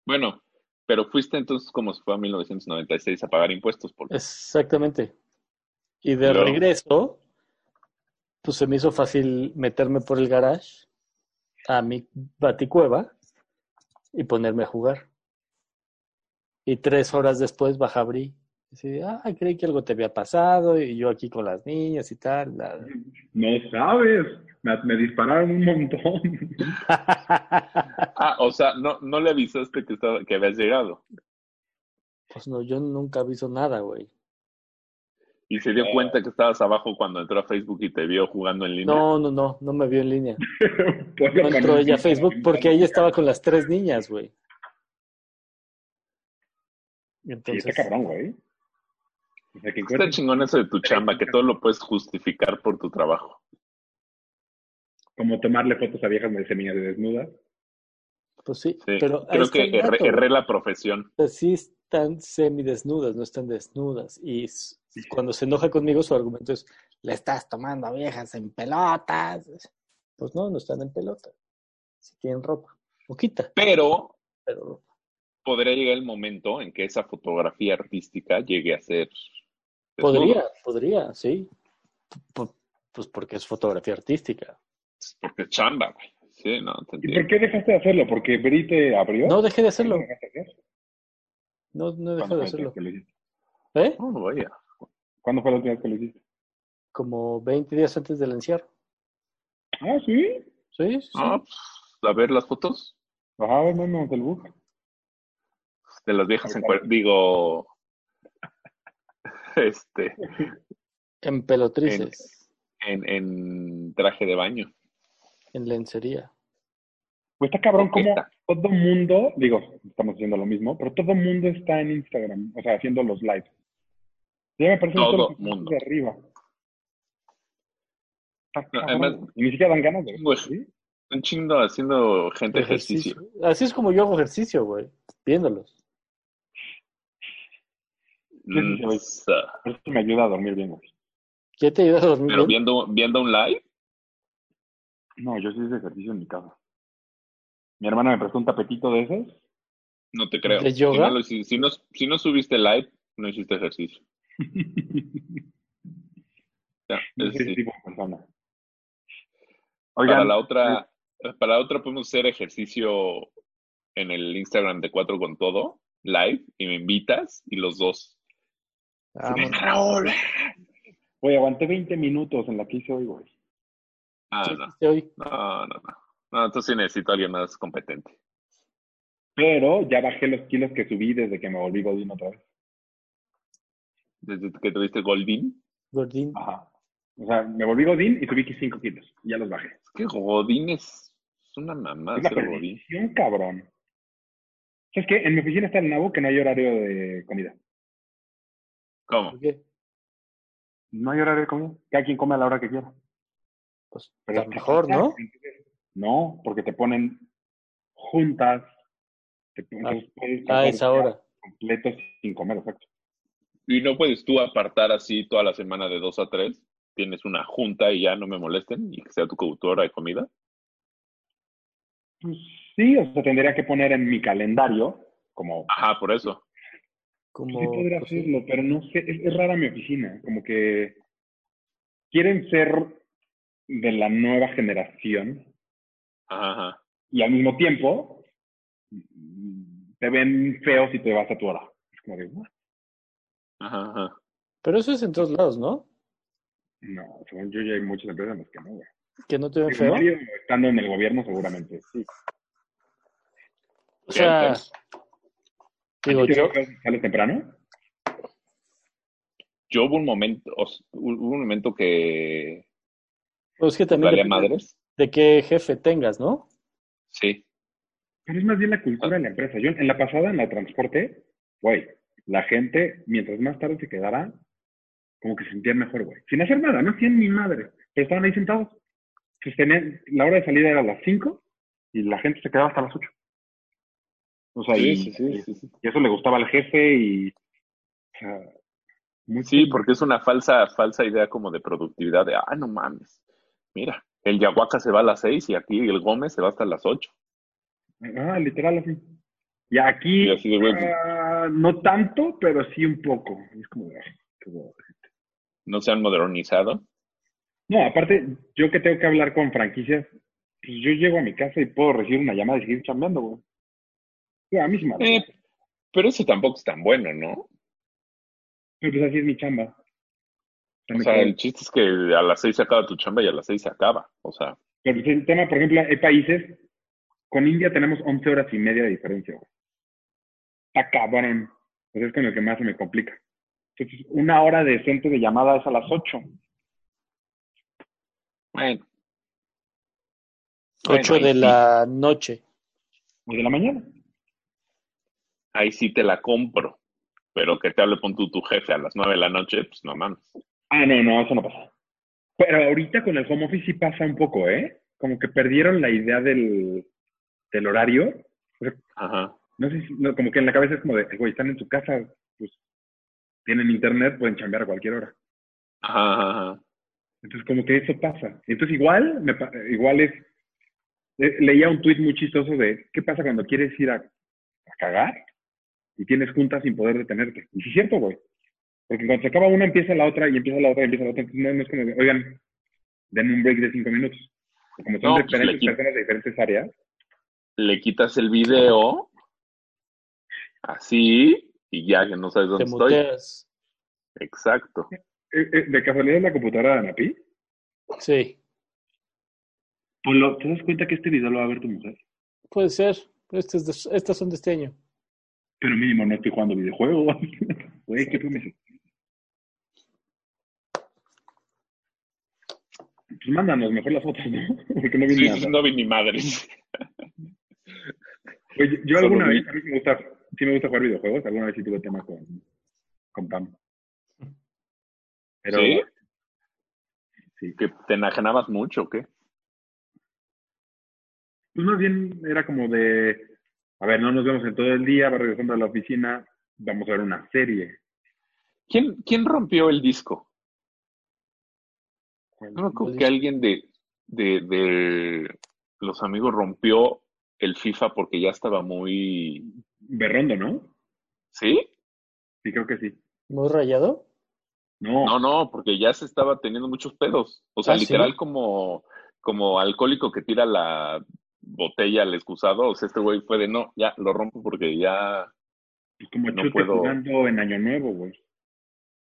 [SPEAKER 3] Bueno, pero fuiste entonces como si fuera 1996 a pagar impuestos. Porque...
[SPEAKER 1] Exactamente. Y de
[SPEAKER 3] Luego.
[SPEAKER 1] regreso, pues se me hizo fácil meterme por el garage a mi baticueva y ponerme a jugar. Y tres horas después baja Bri. Dice, ah, creí que algo te había pasado y yo aquí con las niñas y tal. la-
[SPEAKER 2] No sabes, me, me dispararon un montón.
[SPEAKER 3] Ah, o sea, no, no le avisaste que, estaba, que habías llegado.
[SPEAKER 1] pues no, yo nunca aviso nada, güey.
[SPEAKER 3] Y
[SPEAKER 1] Eh.
[SPEAKER 3] se dio cuenta que estabas abajo cuando entró a Facebook y te vio jugando en línea.
[SPEAKER 1] No, no, no, no me vio en línea.
[SPEAKER 2] Pues,
[SPEAKER 1] No entró
[SPEAKER 2] con-
[SPEAKER 1] ella a Facebook porque ella estaba con las tres niñas, güey.
[SPEAKER 2] Sí,
[SPEAKER 1] Entonces,
[SPEAKER 2] está cabrón, güey. O sea, que
[SPEAKER 3] Está
[SPEAKER 2] encuentres-
[SPEAKER 3] chingón eso de tu chamba, que todo lo puedes justificar por tu trabajo.
[SPEAKER 2] como tomarle fotos a viejas de semillas de desnuda.
[SPEAKER 1] pues sí,
[SPEAKER 3] Sí.
[SPEAKER 1] pero ahí
[SPEAKER 3] Creo
[SPEAKER 1] está
[SPEAKER 3] que
[SPEAKER 1] el
[SPEAKER 3] erré,
[SPEAKER 1] dato,
[SPEAKER 3] erré la profesión.
[SPEAKER 1] o sea, sí están semidesnudas, no están desnudas. Y s- cuando se enoja conmigo, su argumento es, le estás tomando a viejas en pelotas. Pues no, no están en pelotas. Si tienen ropa. Poquita,
[SPEAKER 3] Pero
[SPEAKER 1] pero ropa.
[SPEAKER 3] podría llegar el momento en que esa fotografía artística llegue a ser. desnudo.
[SPEAKER 1] Podría, podría, sí. Po- Pues porque es fotografía artística.
[SPEAKER 3] Porque es chamba, güey. Sí, no,
[SPEAKER 2] ¿Y
[SPEAKER 3] te entiendo.
[SPEAKER 2] por qué dejaste de hacerlo? ¿Porque Bri te abrió?
[SPEAKER 1] No dejé de hacerlo.
[SPEAKER 2] ¿Por qué dejaste de hacer?
[SPEAKER 1] No, no dejé
[SPEAKER 2] ¿Cuándo
[SPEAKER 1] de
[SPEAKER 2] fue la
[SPEAKER 1] hacerlo.
[SPEAKER 2] última vez que lo hiciste?
[SPEAKER 1] ¿Eh?
[SPEAKER 3] No, no, Oh, vaya.
[SPEAKER 2] ¿Cuándo fue la última vez que lo hiciste?
[SPEAKER 1] Como 20 días antes del encierro.
[SPEAKER 2] Ah, sí.
[SPEAKER 1] Sí, sí.
[SPEAKER 3] Ah, pues, a ver las fotos
[SPEAKER 2] Ajá, ver memes del book.
[SPEAKER 3] de las viejas en cuer- Digo. Este.
[SPEAKER 1] En pelotrices,
[SPEAKER 3] En, en traje de baño.
[SPEAKER 1] en lencería.
[SPEAKER 2] Pues está cabrón
[SPEAKER 3] Coqueta.
[SPEAKER 2] como todo mundo, digo, estamos haciendo lo mismo, pero todo mundo está en Instagram, o sea, haciendo los lives. Ya me parece que
[SPEAKER 3] Todo
[SPEAKER 2] son los
[SPEAKER 3] mundo.
[SPEAKER 2] de arriba. Está
[SPEAKER 3] No,
[SPEAKER 2] cabrón.
[SPEAKER 3] además-
[SPEAKER 2] y ni siquiera dan ganas de
[SPEAKER 3] Pues,
[SPEAKER 2] ¿sí?
[SPEAKER 3] Un chingo haciendo gente ejercicio.
[SPEAKER 1] Así es como yo hago ejercicio, güey. Viéndolos.
[SPEAKER 2] sí, sí,
[SPEAKER 3] Mm,
[SPEAKER 2] sí.
[SPEAKER 3] sa-
[SPEAKER 2] Por Eso me ayuda a dormir bien, güey.
[SPEAKER 1] ¿Qué te ayuda a dormir
[SPEAKER 3] Pero
[SPEAKER 1] bien?
[SPEAKER 3] viendo, viendo un live,
[SPEAKER 2] No, yo sí hice ejercicio en mi casa. Mi hermana me prestó un tapetito de esos.
[SPEAKER 3] no te creo.
[SPEAKER 1] ¿De
[SPEAKER 3] Si no
[SPEAKER 1] yoga?
[SPEAKER 3] lo hici- Si no, si no subiste live, no hiciste ejercicio. Ya,
[SPEAKER 2] No soy
[SPEAKER 3] es
[SPEAKER 2] ese
[SPEAKER 3] decir,
[SPEAKER 2] tipo de persona.
[SPEAKER 3] para
[SPEAKER 2] Oigan,
[SPEAKER 3] la otra, para la otra podemos hacer ejercicio en el Instagram de Cuatro con Todo, live, y me invitas, y los dos.
[SPEAKER 1] Vámonos.
[SPEAKER 3] Raúl.
[SPEAKER 2] güey, aguanté 20 minutos en la que hice hoy, güey.
[SPEAKER 3] Ah,
[SPEAKER 1] Sí,
[SPEAKER 3] no.
[SPEAKER 1] sí, hoy.
[SPEAKER 3] No, no, no. No, entonces sí necesito a alguien más competente.
[SPEAKER 2] Pero ya bajé los kilos que subí desde que me volví Godín otra vez.
[SPEAKER 3] Desde que tuviste Goldin.
[SPEAKER 1] Gordín.
[SPEAKER 3] Ah.
[SPEAKER 2] Ajá. O sea, me volví Godín y subí 5 kilos. Ya los bajé.
[SPEAKER 3] Es que Godín es, es una
[SPEAKER 1] Ah,
[SPEAKER 3] mamá
[SPEAKER 2] Es la
[SPEAKER 3] ser Godín.
[SPEAKER 2] perdición, cabrón. ¿Sabes qué? En mi oficina está el nabo que no hay horario de comida.
[SPEAKER 3] ¿Cómo?
[SPEAKER 1] ¿Por qué?
[SPEAKER 2] No hay horario de comida. Cada quien come a la hora que quiera.
[SPEAKER 1] Pues
[SPEAKER 2] Pero
[SPEAKER 1] está mejor, ¿no?
[SPEAKER 2] No, porque te ponen juntas. Te ponen,
[SPEAKER 1] Ah,
[SPEAKER 2] entonces puedes
[SPEAKER 1] A
[SPEAKER 2] pasar
[SPEAKER 1] esa hora.
[SPEAKER 2] Completos sin comer, exacto.
[SPEAKER 3] Y no puedes tú apartar así toda la semana de dos a tres. Tienes una junta y ya no me molesten y que sea tu, tu hora de comida.
[SPEAKER 2] Pues sí, o sea, tendría que poner en mi calendario, como
[SPEAKER 3] Ajá, por eso.
[SPEAKER 1] Como,
[SPEAKER 2] Sí podría
[SPEAKER 1] pues,
[SPEAKER 2] hacerlo, pero no sé, es, es rara mi oficina, como que quieren ser de la nueva generación
[SPEAKER 3] Ajá, ajá.
[SPEAKER 2] y al mismo tiempo mm, te ven feo si te vas a tu hora. Es como de, "What?".
[SPEAKER 3] ajá, ajá.
[SPEAKER 1] Pero eso es en todos lados, ¿no?
[SPEAKER 2] no, según yo ya hay muchas empresas en las que no. güey.
[SPEAKER 1] Que no te ven
[SPEAKER 2] En
[SPEAKER 1] feo.
[SPEAKER 2] medio, Estando en el gobierno seguramente, sí.
[SPEAKER 1] O sea,
[SPEAKER 3] pues,
[SPEAKER 1] digo
[SPEAKER 2] ¿Te
[SPEAKER 1] yo,
[SPEAKER 2] ven feo si ¿Sales temprano?
[SPEAKER 3] Yo hubo un momento, o s- hu- hubo un momento que
[SPEAKER 1] pues es que también
[SPEAKER 3] valía
[SPEAKER 1] depende
[SPEAKER 3] madres.
[SPEAKER 1] de qué jefe tengas, ¿no?
[SPEAKER 3] Sí.
[SPEAKER 2] Pero es más bien la cultura
[SPEAKER 3] Ah.
[SPEAKER 2] de la empresa. Yo en la pasada, en la transporte, güey, la gente, mientras más tarde se quedara, como que se sentía mejor, güey. Sin hacer nada, no hacían ni madre. Pero estaban ahí sentados. Pues tenían, la hora de salida era a las 5 y la gente se quedaba hasta las 8. O sea, y, y-
[SPEAKER 3] sí, sí.
[SPEAKER 2] y eso le gustaba al jefe y... o sea, muy
[SPEAKER 3] Sí,
[SPEAKER 2] cool.
[SPEAKER 3] porque es una falsa, falsa idea como de productividad de, ah, no mames. Mira, el Yahuaca se va a las seis y aquí el Gómez se va hasta las ocho.
[SPEAKER 2] Ah, literal así. Y aquí...
[SPEAKER 3] Y así pues, de, güey,
[SPEAKER 2] ah, no tanto, pero sí un poco. Es como... ah, qué huevo.
[SPEAKER 3] no se han modernizado.
[SPEAKER 2] No, aparte, yo que tengo que hablar con franquicias, pues yo llego a mi casa y puedo recibir una llamada y seguir chambeando, güey. Sí, a mí sí me vale.
[SPEAKER 3] Eh, pero eso tampoco es tan bueno, ¿no?
[SPEAKER 2] Pero pues así es mi chamba.
[SPEAKER 3] O sea, el chiste es que a las seis se acaba tu chamba y a las seis se acaba. O sea,
[SPEAKER 2] Pero pues el tema, por ejemplo, hay países, con India tenemos 11 horas y media de diferencia, güey. Está cabrón. Pues es con el que más se me complica. Entonces, una hora decente de llamada es a las 8.
[SPEAKER 3] bueno, Bueno,
[SPEAKER 1] Ocho
[SPEAKER 3] ahí
[SPEAKER 1] de
[SPEAKER 3] sí.
[SPEAKER 1] la noche.
[SPEAKER 2] O de la mañana.
[SPEAKER 3] ahí sí te la compro. Pero que te hable con tu, tu jefe a las nueve de la noche, pues no mames.
[SPEAKER 2] Ah, no, no, eso no pasa. Pero ahorita con el home office sí pasa un poco, ¿eh? Como que perdieron la idea del, del horario.
[SPEAKER 3] Ajá.
[SPEAKER 2] No sé, si- no, como que en la cabeza es como de, "Ay, güey, están en su casa, pues tienen internet, pueden chambear a cualquier hora.
[SPEAKER 3] Ajá, ajá, ajá.
[SPEAKER 2] Entonces, como que eso pasa. Entonces, igual, me pa- igual es. le- leía un tuit muy chistoso de, ¿qué pasa cuando quieres ir a, a cagar y tienes juntas sin poder detenerte? Y sí, es cierto, güey. Porque cuando se acaba una, empieza la otra y empieza la otra y empieza la otra. Entonces, no, no es como, de, oigan, den un break de cinco minutos. Como son
[SPEAKER 3] No, pues, le
[SPEAKER 2] diferentes
[SPEAKER 3] quita.
[SPEAKER 2] personas de diferentes áreas.
[SPEAKER 3] Le quitas el video, así, y ya que no sabes dónde
[SPEAKER 1] Te
[SPEAKER 3] estoy.
[SPEAKER 1] muteas.
[SPEAKER 3] Exacto.
[SPEAKER 2] Eh, eh, de casualidad, en la computadora de Anapi.
[SPEAKER 1] Sí,
[SPEAKER 2] Pues lo, te das cuenta que este video lo va a ver tu mujer.
[SPEAKER 1] puede ser. Este es de- estas son de este año.
[SPEAKER 2] Pero mínimo no estoy jugando videojuegos. Güey, qué promesa. Pues mándanos mejor las fotos, ¿no? Porque no vi
[SPEAKER 3] Sí,
[SPEAKER 2] nada.
[SPEAKER 3] no vi ni madres.
[SPEAKER 2] Oye, yo
[SPEAKER 3] Solo
[SPEAKER 2] alguna
[SPEAKER 3] vi.
[SPEAKER 2] vez, a mí me gusta, sí me gusta jugar videojuegos, alguna vez sí tuve tema con, con Pam. Pero,
[SPEAKER 3] ¿Sí?
[SPEAKER 2] Sí.
[SPEAKER 3] Que te enajenabas mucho, ¿o qué?
[SPEAKER 2] pues más bien era como de, a ver, no nos vemos en todo el día, va regresando a la oficina, vamos a ver una serie.
[SPEAKER 3] ¿Quién, quién rompió el disco?
[SPEAKER 2] ¿Cuál?
[SPEAKER 3] No me
[SPEAKER 1] ¿Cuál
[SPEAKER 3] acuerdo que
[SPEAKER 1] disco?
[SPEAKER 3] alguien de, de, de los amigos rompió el FIFA porque ya estaba muy...
[SPEAKER 2] Berrondo, ¿no?
[SPEAKER 3] ¿Sí?
[SPEAKER 2] Sí, creo que sí.
[SPEAKER 1] Muy rayado.
[SPEAKER 3] No, no, porque ya se estaba teniendo muchos pedos. O sea,
[SPEAKER 1] Ah, ¿sí?
[SPEAKER 3] literal como, como alcohólico que tira la botella al excusado. O sea, este güey fue de, no, ya lo rompo porque ya...
[SPEAKER 2] Pues como
[SPEAKER 3] No
[SPEAKER 2] chute
[SPEAKER 3] puedo.
[SPEAKER 2] jugando en Año Nuevo, güey.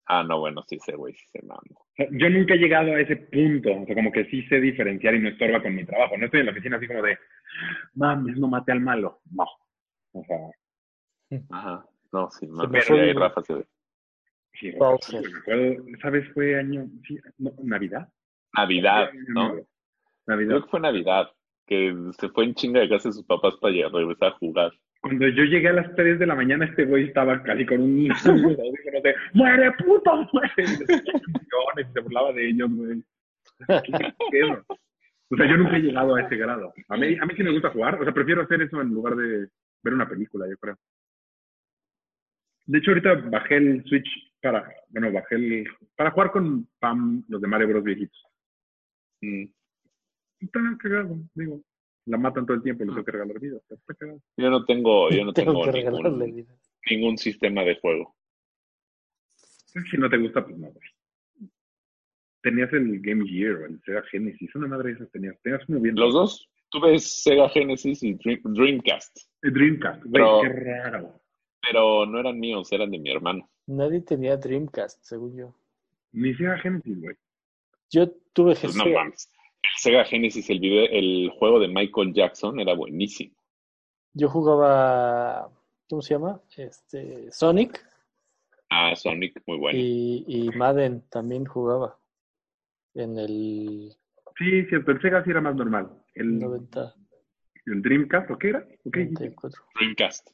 [SPEAKER 3] Ah, no, bueno, sí, ese güey sí se mamó.
[SPEAKER 2] O sea, Yo nunca he llegado a ese punto, o sea, como que sí sé diferenciar y no estorba con mi trabajo. No estoy en la oficina así como de, mames, no mate al malo. No. O sea,
[SPEAKER 3] Ajá. No, sí,
[SPEAKER 1] Se
[SPEAKER 3] no.
[SPEAKER 1] me
[SPEAKER 3] sí,
[SPEAKER 1] fue
[SPEAKER 3] ahí
[SPEAKER 1] el-
[SPEAKER 3] Rafa se ve.
[SPEAKER 2] sí,
[SPEAKER 1] Wow.
[SPEAKER 2] me acuerdo, ¿sabes? Fue año, sí, no, Navidad.
[SPEAKER 3] Navidad,
[SPEAKER 2] Fue año
[SPEAKER 3] ¿no?
[SPEAKER 2] nuevo.
[SPEAKER 3] Creo
[SPEAKER 2] Navidad.
[SPEAKER 3] que fue Navidad, que se fue en chinga de casa de sus papás para llegar- regresar a jugar.
[SPEAKER 2] Cuando yo llegué a las 3 de la mañana, este güey estaba casi con un niño de, muere puto, muere. Y le hacía canciones y se burlaba de ellos, güey. ¿Qué pedo? O sea, yo nunca he llegado a ese grado. A mí, a mí sí me gusta jugar. O sea, prefiero hacer eso en lugar de ver una película, yo creo. De hecho, ahorita bajé el Switch para, bueno, bajé el, para jugar con Pam, los de Mario Bros. viejitos.
[SPEAKER 3] Mm.
[SPEAKER 2] Está cagado, digo. La matan todo el tiempo y les tengo que regalar vida. Está cagado.
[SPEAKER 3] Yo no tengo, yo no
[SPEAKER 1] Tengo
[SPEAKER 3] tengo,
[SPEAKER 1] que regalarle
[SPEAKER 3] ningún,
[SPEAKER 1] vida.
[SPEAKER 3] ningún sistema de juego.
[SPEAKER 2] Si no te gusta, pues no, güey. Tenías el Game Gear o el Sega Genesis, una madre de esas tenías. Tenías uno bien.
[SPEAKER 3] Los dos, tuve Sega Genesis y Dream- Dreamcast,
[SPEAKER 2] El Dreamcast, güey,
[SPEAKER 3] Pero-
[SPEAKER 2] qué raro.
[SPEAKER 3] pero no eran míos, eran de mi hermano.
[SPEAKER 1] Nadie tenía Dreamcast, según yo.
[SPEAKER 2] Ni Sega Genesis, güey.
[SPEAKER 1] Yo tuve
[SPEAKER 3] Pues
[SPEAKER 1] GC.
[SPEAKER 3] no mames. El Sega Genesis, el, video, el juego de Michael Jackson era buenísimo.
[SPEAKER 1] yo jugaba, ¿cómo se llama? Este, Sonic
[SPEAKER 3] Ah, Sonic, muy bueno.
[SPEAKER 1] y, y Madden también jugaba en el
[SPEAKER 2] Sí, cierto, el Sega sí era más normal. El,
[SPEAKER 1] 90,
[SPEAKER 2] el Dreamcast, ¿o qué era? ¿O qué dijiste?
[SPEAKER 1] 94.
[SPEAKER 3] Dreamcast.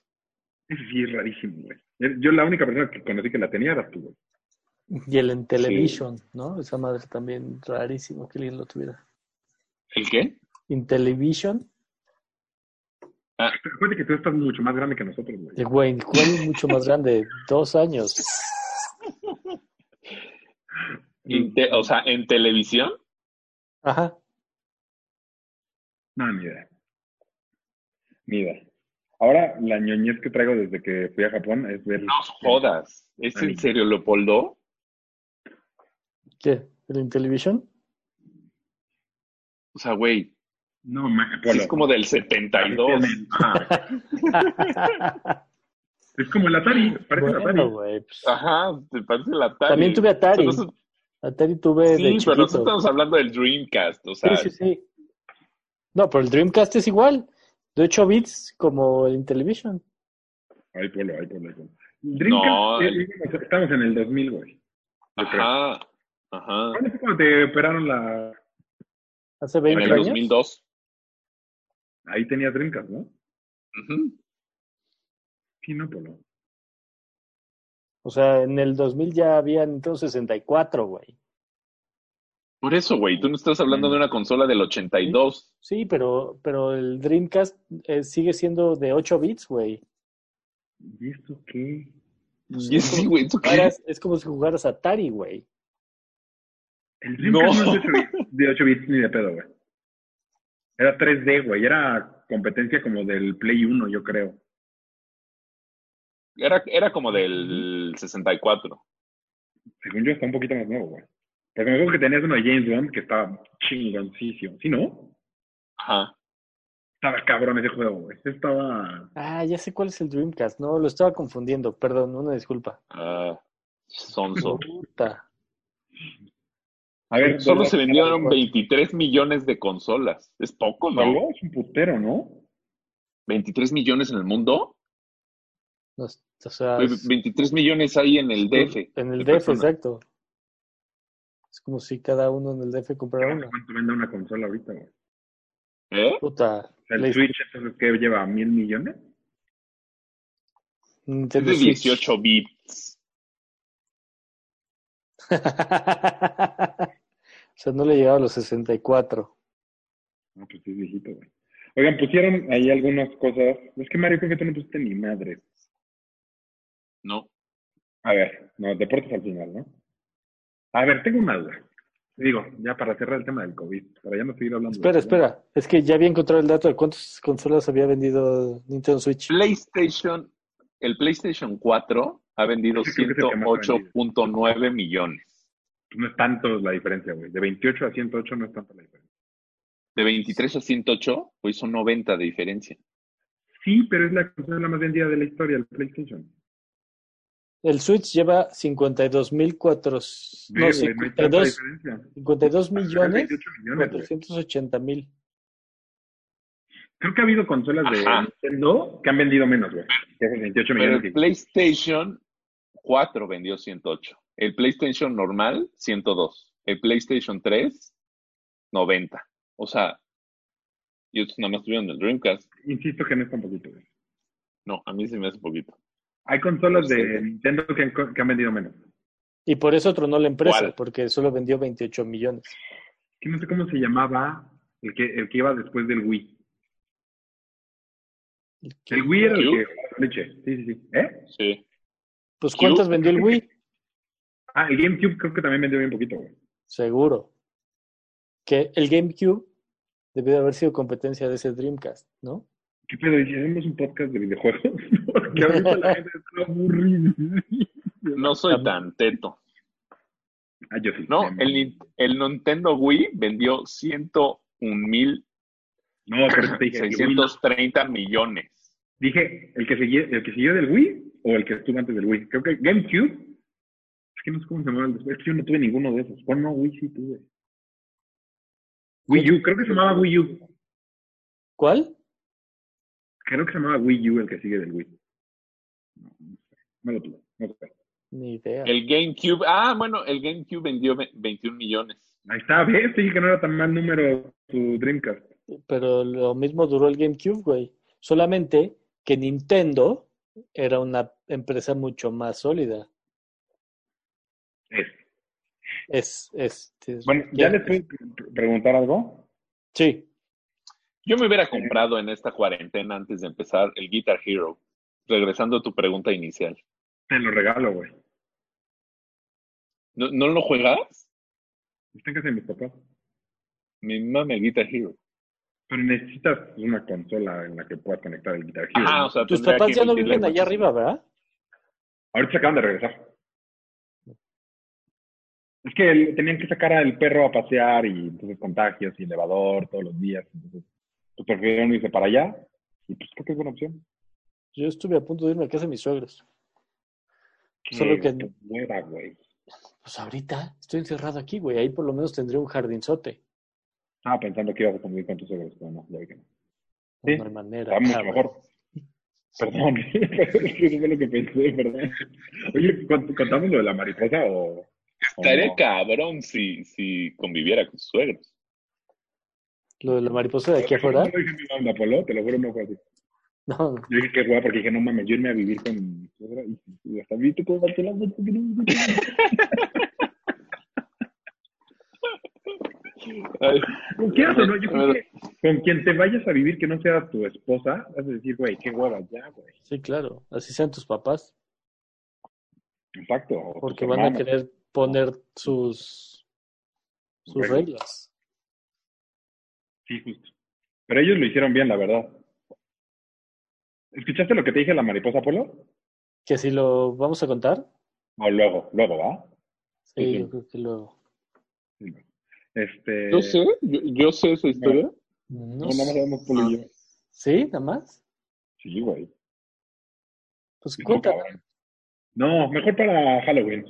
[SPEAKER 2] Ese sí es rarísimo, güey. El- Yo la única persona que conocí que la tenía era tú, güey.
[SPEAKER 1] Y el en Television, ¿no? Esa madre también rarísimo que alguien lo tuviera.
[SPEAKER 3] ¿El qué?
[SPEAKER 1] Intellivision,
[SPEAKER 2] Pero acuérdate que tú estás mucho más grande que nosotros, güey.
[SPEAKER 1] de Wayne, Wayne mucho más grande, dos años.
[SPEAKER 3] Inte- o sea, en televisión.
[SPEAKER 1] Ajá.
[SPEAKER 2] No, ni idea. Ni idea. Ahora, la ñoñez que traigo desde que fui a Japón es ver...
[SPEAKER 3] No jodas. ¿Es en serio, Leopoldo?
[SPEAKER 1] ¿Qué? ¿El Intellivision?
[SPEAKER 3] O sea, güey,
[SPEAKER 2] No, ma-
[SPEAKER 3] sí es como del 72.
[SPEAKER 2] Ah, es como el Atari, parece el
[SPEAKER 1] bueno,
[SPEAKER 2] Atari.
[SPEAKER 1] güey. pues,
[SPEAKER 3] Ajá, te parece la Atari.
[SPEAKER 1] También tuve Atari.
[SPEAKER 3] O sea, nosotros-
[SPEAKER 1] Atari tuve
[SPEAKER 3] sí,
[SPEAKER 1] de
[SPEAKER 3] pero
[SPEAKER 1] chiquito.
[SPEAKER 3] nosotros estamos hablando del Dreamcast. O sea,
[SPEAKER 1] Sí, sí, sí. No, pero el Dreamcast es igual. De 8 bits como el Intellivision.
[SPEAKER 2] Ay, polo, ay, polo, ay, polo.
[SPEAKER 3] No,
[SPEAKER 2] Dreamcast, eh,
[SPEAKER 3] el-
[SPEAKER 2] íbamos- estamos en el 2000, güey.
[SPEAKER 3] ajá, ajá.
[SPEAKER 2] ¿Cuándo fue cuando te operaron la...?
[SPEAKER 1] Hace
[SPEAKER 3] En
[SPEAKER 1] 20
[SPEAKER 3] el
[SPEAKER 1] años.
[SPEAKER 3] 2002.
[SPEAKER 2] Ahí tenías Dreamcast, ¿no?
[SPEAKER 3] Ujú.
[SPEAKER 2] Sí, no, polo.
[SPEAKER 1] O sea, en el 2000 ya había Nintendo 64, güey.
[SPEAKER 3] Por eso, güey, tú me estás hablando de una consola del 82.
[SPEAKER 1] Sí, pero, pero el Dreamcast eh, sigue siendo de 8 bits, güey.
[SPEAKER 2] ¿Y esto qué?
[SPEAKER 3] Sí, sí, güey, ¿tú qué?
[SPEAKER 1] Jugaras- Es como si jugaras Atari, güey.
[SPEAKER 2] El Dreamcast
[SPEAKER 3] No.
[SPEAKER 2] no, es de 8 bits, de 8 bits ni de pedo, güey. Era 3D, güey. Era competencia como del Play 1, yo creo.
[SPEAKER 3] Era, era como del 64.
[SPEAKER 2] Según yo, está un poquito más nuevo, güey. Porque me acuerdo que tenías uno de James Bond que estaba chingoncísimo. ¿Sí, no?
[SPEAKER 3] Ajá.
[SPEAKER 2] Estaba cabrón ese juego, güey. Estaba...
[SPEAKER 1] Ah, ya sé cuál es el Dreamcast. No, lo estaba confundiendo. Perdón, una disculpa.
[SPEAKER 3] Ah, sonso.
[SPEAKER 1] Puta.
[SPEAKER 2] A ver,
[SPEAKER 3] Solo
[SPEAKER 2] Dolor,
[SPEAKER 3] se vendieron
[SPEAKER 2] Dolor,
[SPEAKER 3] 23 millones de consolas. Es poco, ¿no?
[SPEAKER 2] Dolor es un putero, ¿no?
[SPEAKER 3] 23 millones en el mundo.
[SPEAKER 1] No, o sea,
[SPEAKER 3] Güey, 23 millones hay Pues, en el DF.
[SPEAKER 1] en el
[SPEAKER 3] de
[SPEAKER 1] DF,
[SPEAKER 3] personas.
[SPEAKER 1] exacto. Es como si cada uno en el DF comprara
[SPEAKER 2] No sé
[SPEAKER 1] una.
[SPEAKER 2] cuánto vende una consola ahorita, güey. O
[SPEAKER 3] ¿Eh?
[SPEAKER 1] Puta.
[SPEAKER 2] sea, el
[SPEAKER 1] Play-
[SPEAKER 2] Switch, entonces, ¿qué lleva? ¿Mil millones?
[SPEAKER 3] Es
[SPEAKER 1] Nintendo
[SPEAKER 3] de
[SPEAKER 1] Switch.
[SPEAKER 3] 18 bits.
[SPEAKER 1] o sea, no le llegaba a los 64.
[SPEAKER 2] No, pues sí es viejito, güey. Oigan, pusieron ahí algunas cosas. Es que Mario, creo que tú no pusiste ni madre.
[SPEAKER 3] No.
[SPEAKER 2] A ver, no, deportes al final, ¿no? A ver, tengo una duda. Digo, ya para cerrar el tema del COVID, para ya no seguir hablando.
[SPEAKER 1] Espera,
[SPEAKER 2] de-
[SPEAKER 1] espera. Es que ya había encontrado el dato de cuántas consolas había vendido Nintendo Switch.
[SPEAKER 3] PlayStation, el PlayStation 4 ha vendido
[SPEAKER 2] Creo que es el que más ha vendido.
[SPEAKER 3] 108.9 millones.
[SPEAKER 2] pues No es tanto la diferencia, güey. De 28 a 108 no es tanto la diferencia.
[SPEAKER 3] De 23 a 108, hoy son 90 de diferencia.
[SPEAKER 2] Sí, pero es la consola más vendida de la historia, el PlayStation.
[SPEAKER 1] El Switch lleva 52 mil cuatro... No,
[SPEAKER 2] Verle, no hay tanta
[SPEAKER 1] 52,
[SPEAKER 2] diferencia.
[SPEAKER 1] 52 millones
[SPEAKER 2] 28 millones, güey.
[SPEAKER 1] 480 mil.
[SPEAKER 2] Creo que ha habido consolas de
[SPEAKER 3] Ajá.
[SPEAKER 2] Nintendo que han vendido menos, güey. Que esos 28
[SPEAKER 3] Pero
[SPEAKER 2] millones.
[SPEAKER 3] el PlayStation 4 vendió 108. El PlayStation normal, 102. El PlayStation 3, 90. O sea, y estos nada más tuvieron el Dreamcast.
[SPEAKER 2] Insisto que no es tan poquito, güey.
[SPEAKER 3] No, a mí se me hace poquito.
[SPEAKER 2] Hay consolas de
[SPEAKER 3] Sí.
[SPEAKER 2] Nintendo que han, co- que han vendido menos.
[SPEAKER 1] Y por eso tronó la empresa,
[SPEAKER 3] ¿Cuál?
[SPEAKER 1] porque solo vendió 28 millones.
[SPEAKER 2] Que no sé cómo se llamaba el que, el que iba después del Wii. El Wii era el
[SPEAKER 3] ¿Cube?
[SPEAKER 2] que leche. Sí, sí, sí. ¿Eh?
[SPEAKER 3] Sí.
[SPEAKER 1] Pues ¿cuántas
[SPEAKER 3] Cube?
[SPEAKER 1] vendió el Wii?
[SPEAKER 2] Ah, el GameCube creo que también vendió bien poquito, güey.
[SPEAKER 1] Seguro. Que el GameCube debió de haber sido competencia de ese Dreamcast, ¿no?
[SPEAKER 2] ¿Qué pedo? ¿Y si hacemos un podcast de videojuegos? Porque ahorita la gente está aburrida.
[SPEAKER 3] No soy tan teto.
[SPEAKER 2] Ah, yo sí.
[SPEAKER 3] No,
[SPEAKER 2] Em,
[SPEAKER 3] el, Nin- el Nintendo Wii vendió 101.630
[SPEAKER 2] No, pero te dije, el Wii.
[SPEAKER 3] millones.
[SPEAKER 2] Dije, ¿el que, siguió, ¿el que siguió del Wii o el que estuvo antes del Wii? Creo que GameCube. Es que no sé cómo se llamaba el después. Es que yo no tuve ninguno de esos. Bueno, no, Wii sí tuve. Wii U, creo que se llamaba Wii U.
[SPEAKER 1] ¿Cuál?
[SPEAKER 2] Creo que se llamaba Wii U el que sigue del Wii. No, no sé. No lo tuve. No sé.
[SPEAKER 1] Ni idea.
[SPEAKER 3] El GameCube, ah, bueno, el GameCube vendió ve- 21 millones.
[SPEAKER 2] Ahí está, ves, te dije que no era tan mal número tu Dreamcast.
[SPEAKER 1] Pero lo mismo duró el GameCube, güey. Solamente que Nintendo era una empresa mucho más sólida.
[SPEAKER 2] Es.
[SPEAKER 1] Es, es. es-
[SPEAKER 2] Bueno, ¿ya
[SPEAKER 1] ¿quién?
[SPEAKER 2] les puedo pre- preguntar algo?
[SPEAKER 1] Sí,
[SPEAKER 3] Yo me hubiera comprado en esta cuarentena antes de empezar el Guitar Hero. Regresando a tu pregunta inicial.
[SPEAKER 2] Te lo regalo, güey.
[SPEAKER 3] ¿No, no lo juegas?
[SPEAKER 2] Está en casa de mis papás.
[SPEAKER 3] Mi mame Guitar Hero.
[SPEAKER 2] Pero necesitas una consola en la que puedas conectar el Guitar Hero.
[SPEAKER 3] Ah,
[SPEAKER 2] ¿no?
[SPEAKER 3] o sea,
[SPEAKER 1] tus
[SPEAKER 3] tendría
[SPEAKER 1] papás
[SPEAKER 3] que
[SPEAKER 1] ya no
[SPEAKER 3] emitirle
[SPEAKER 1] viven allá
[SPEAKER 3] muchos-
[SPEAKER 1] arriba, ¿verdad?
[SPEAKER 2] Ahorita se acaban de regresar. Es que el- tenían que sacar al perro a pasear y entonces contagios y elevador todos los días. Entonces, pues prefirieron irse para allá. Y pues creo que es buena opción.
[SPEAKER 1] Yo estuve a punto de irme a casa de mis suegros. Pues, Solo que-
[SPEAKER 2] qué hueva, güey.
[SPEAKER 1] Pues ahorita estoy encerrado aquí, güey. Ahí por lo menos tendría un jardinzote.
[SPEAKER 2] Estaba pensando que ibas a convivir con tus suegros, pero no, ya vi que no.
[SPEAKER 1] No,
[SPEAKER 2] Sí,
[SPEAKER 1] no hay manera.
[SPEAKER 2] Está mucho
[SPEAKER 1] cabrón.
[SPEAKER 2] mejor. Perdón, eso fue lo que pensé, perdón. Oye, ¿cont- ¿contamos lo de la mariposa o...? o
[SPEAKER 3] Estaría
[SPEAKER 2] no?
[SPEAKER 3] cabrón si, si conviviera con sus suegros.
[SPEAKER 1] Lo de la mariposa de aquí afuera.
[SPEAKER 2] No dije mi onda, Polo, te lo juro, no fue así.
[SPEAKER 1] No, no.
[SPEAKER 2] Yo dije que guay, porque dije, no mames, yo irme a vivir con mi suegra y, y hasta viste cómo faltó la vuelta que no me
[SPEAKER 3] Ay,
[SPEAKER 2] ¿Con quién no? Yo creo
[SPEAKER 3] Pero-
[SPEAKER 2] que con quien te vayas a vivir que no sea tu esposa, vas a decir, güey, qué hueva ya, güey.
[SPEAKER 1] sí, claro. Así sean tus papás.
[SPEAKER 2] Exacto. o tus
[SPEAKER 1] Porque van a
[SPEAKER 2] hermanos.
[SPEAKER 1] querer poner sus, sus
[SPEAKER 2] Reglas.
[SPEAKER 1] reglas.
[SPEAKER 2] Sí, justo. Pero ellos lo hicieron bien, la verdad. ¿Escuchaste lo que te dije la mariposa, Polo?
[SPEAKER 1] Que si lo vamos a contar.
[SPEAKER 2] O luego, luego, ¿va?
[SPEAKER 1] Sí,
[SPEAKER 2] Sí, sí.
[SPEAKER 1] yo creo que lo.
[SPEAKER 2] Este...
[SPEAKER 3] Yo sé, yo, yo sé esa historia.
[SPEAKER 1] No
[SPEAKER 2] No, nada más
[SPEAKER 1] sé.
[SPEAKER 2] sabemos Polo y yo.
[SPEAKER 1] Sí, nada más.
[SPEAKER 2] Sí, güey.
[SPEAKER 1] Pues cuéntame.
[SPEAKER 2] No, mejor para Halloween.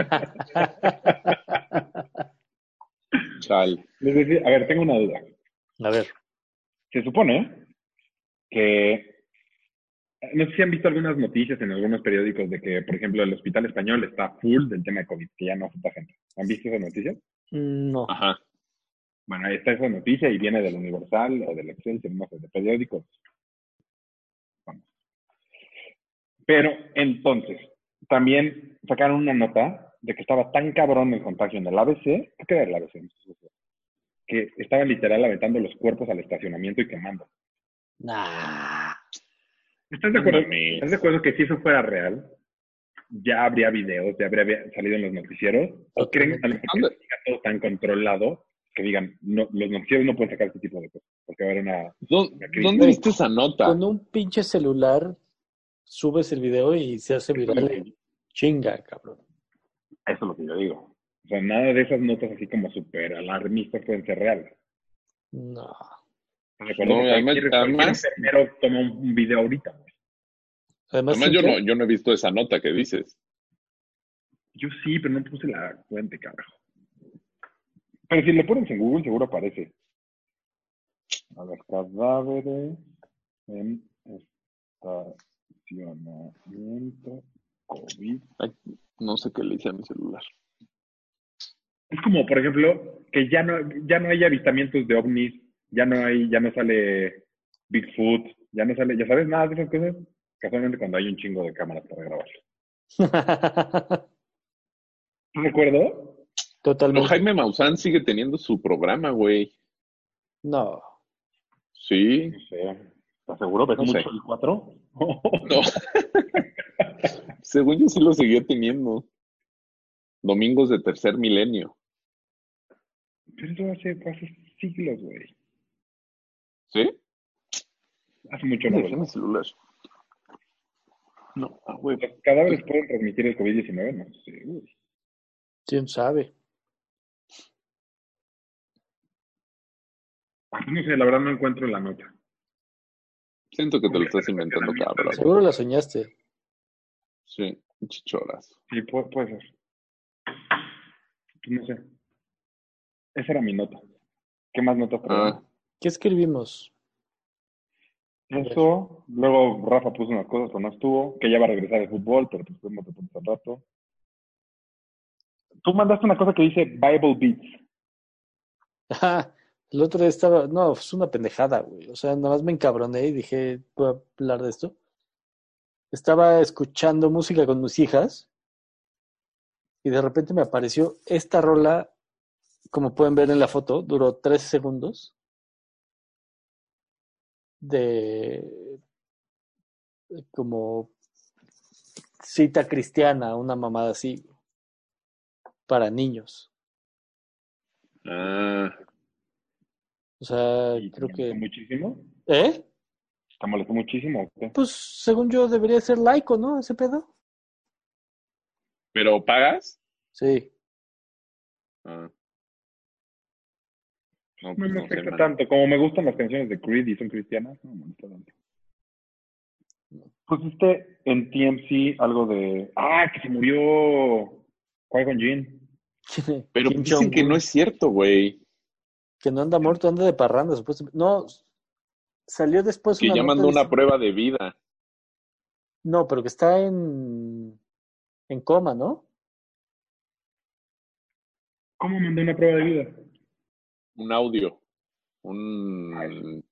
[SPEAKER 1] Eh.
[SPEAKER 3] Chale.
[SPEAKER 2] Les decía- a ver, tengo una duda.
[SPEAKER 1] A ver,
[SPEAKER 2] se supone que no sé si han visto algunas noticias en algunos periódicos de que, por ejemplo, el hospital español está full del tema de COVID, que ya no afecta gente. ¿Han visto esas noticias?
[SPEAKER 1] Mm, no.
[SPEAKER 3] Ajá.
[SPEAKER 2] Bueno, ahí está esa noticia y viene del Universal o del Excelsior, no sé, de periódicos. Vamos. Pero entonces, también sacaron una nota de que estaba tan cabrón el contagio en el ABC, ¿qué era el ABC? Que estaban literal aventando los cuerpos al estacionamiento y quemando.
[SPEAKER 1] Nah.
[SPEAKER 2] ¿Estás de acuerdo?
[SPEAKER 3] Mames.
[SPEAKER 2] ¿Estás de acuerdo que si eso fuera real, ya habría videos, ya habría vi- salido en los noticieros? ¿O creen que al- que
[SPEAKER 3] Anda.
[SPEAKER 2] está todo tan controlado que digan, no, los noticieros no pueden sacar este tipo de cosas? Porque va a haber una...
[SPEAKER 3] ¿Dó- ¿Dónde viste esa nota?
[SPEAKER 1] Con un pinche celular subes el video y se hace viral. en Chinga, cabrón.
[SPEAKER 2] Eso es lo que yo digo. O sea, nada de esas notas así como súper alarmistas pueden ser reales.
[SPEAKER 1] No.
[SPEAKER 2] ¿Estás de acuerdo?
[SPEAKER 3] No,
[SPEAKER 2] Cualquier-
[SPEAKER 3] además-
[SPEAKER 2] cualquier
[SPEAKER 3] además-
[SPEAKER 2] enfermero toma un un video ahorita.
[SPEAKER 1] Además,
[SPEAKER 3] Además, yo
[SPEAKER 1] siempre-
[SPEAKER 3] no, yo no he visto esa nota que dices.
[SPEAKER 2] Yo sí, pero no puse la fuente, carajo. Pero si le pones en Google, seguro aparece. A ver, cadáveres en estacionamiento COVID.
[SPEAKER 3] No sé qué le hice a mi celular.
[SPEAKER 2] Es como, por ejemplo, que ya no, ya no hay avistamientos de ovnis, ya no hay, ya no sale Bigfoot, ya no sale, ya sabes nada de esas cosas. Casualmente cuando hay un chingo de cámaras para grabar. ¿Estás de acuerdo?
[SPEAKER 3] Pero
[SPEAKER 1] Totalmente.
[SPEAKER 3] Jaime Maussan sigue teniendo su programa, güey.
[SPEAKER 1] No.
[SPEAKER 3] Sí.
[SPEAKER 2] No sé. ¿Estás seguro? ¿Ves
[SPEAKER 3] No sé.
[SPEAKER 2] mucho el 4?
[SPEAKER 3] No. Según yo sí lo siguió teniendo. Domingos de tercer milenio.
[SPEAKER 2] Pero Pues eso hace, fue hace siglos, güey.
[SPEAKER 3] ¿Sí?
[SPEAKER 2] Hace mucho
[SPEAKER 3] Yo
[SPEAKER 2] no.
[SPEAKER 3] no
[SPEAKER 2] güey.
[SPEAKER 3] mi celular. No, ah, güey.
[SPEAKER 2] ¿Los cadáveres pueden transmitir el COVID-19? No sé, güey.
[SPEAKER 1] ¿Quién sabe?
[SPEAKER 2] No sé, la verdad no encuentro la nota.
[SPEAKER 3] Siento que te lo estás inventando, cabrón.
[SPEAKER 1] Seguro la soñaste.
[SPEAKER 3] Sí, chichorazo.
[SPEAKER 2] Sí, puede, puede ser. No sé. Esa era mi nota. ¿Qué más notas traes?
[SPEAKER 3] Ah,
[SPEAKER 1] ¿Qué escribimos?
[SPEAKER 2] Eso. Luego Rafa puso unas cosas, pero no estuvo. Que ya va a regresar al fútbol, pero pues vemos de punto al rato. Tú mandaste una cosa que dice Bible Beats.
[SPEAKER 1] Ajá. El otro día estaba, no, es una pendejada, güey. O sea, nada más me encabroné y dije, voy a hablar de esto. Estaba escuchando música con mis hijas y de repente me apareció esta rola, como pueden ver en la foto, duró tres segundos. De como cita cristiana, una mamada así, para niños.
[SPEAKER 3] ah,
[SPEAKER 1] O sea,
[SPEAKER 2] Y
[SPEAKER 1] creo
[SPEAKER 2] te molestó
[SPEAKER 1] que.
[SPEAKER 2] muchísimo.
[SPEAKER 1] ¿Eh?
[SPEAKER 2] ¿Te molestó muchísimo? o qué?
[SPEAKER 1] Pues según yo debería ser laico, ¿no? Ese pedo.
[SPEAKER 3] ¿Pero pagas?
[SPEAKER 1] Sí.
[SPEAKER 3] Ah. No,
[SPEAKER 2] No
[SPEAKER 3] pues
[SPEAKER 2] me
[SPEAKER 3] no sé,
[SPEAKER 2] afecta
[SPEAKER 3] man.
[SPEAKER 2] tanto. Como me gustan las canciones de Creed y son cristianas, no me molesta tanto. Pusiste Pues este, en TMC algo de. ¡Ah, que se murió! Qui-Gon Jinn.
[SPEAKER 3] Pero
[SPEAKER 1] Kim
[SPEAKER 3] dicen que
[SPEAKER 1] Jong-un,
[SPEAKER 3] no es cierto, güey.
[SPEAKER 1] que no anda muerto, anda de parranda, supuestamente. No, salió después
[SPEAKER 3] Que ya
[SPEAKER 1] nota
[SPEAKER 3] mandó una
[SPEAKER 1] dic-
[SPEAKER 3] prueba de vida.
[SPEAKER 1] No, pero que está en, en coma, ¿no?
[SPEAKER 2] ¿Cómo mandó una prueba de vida?
[SPEAKER 3] Un audio. Un.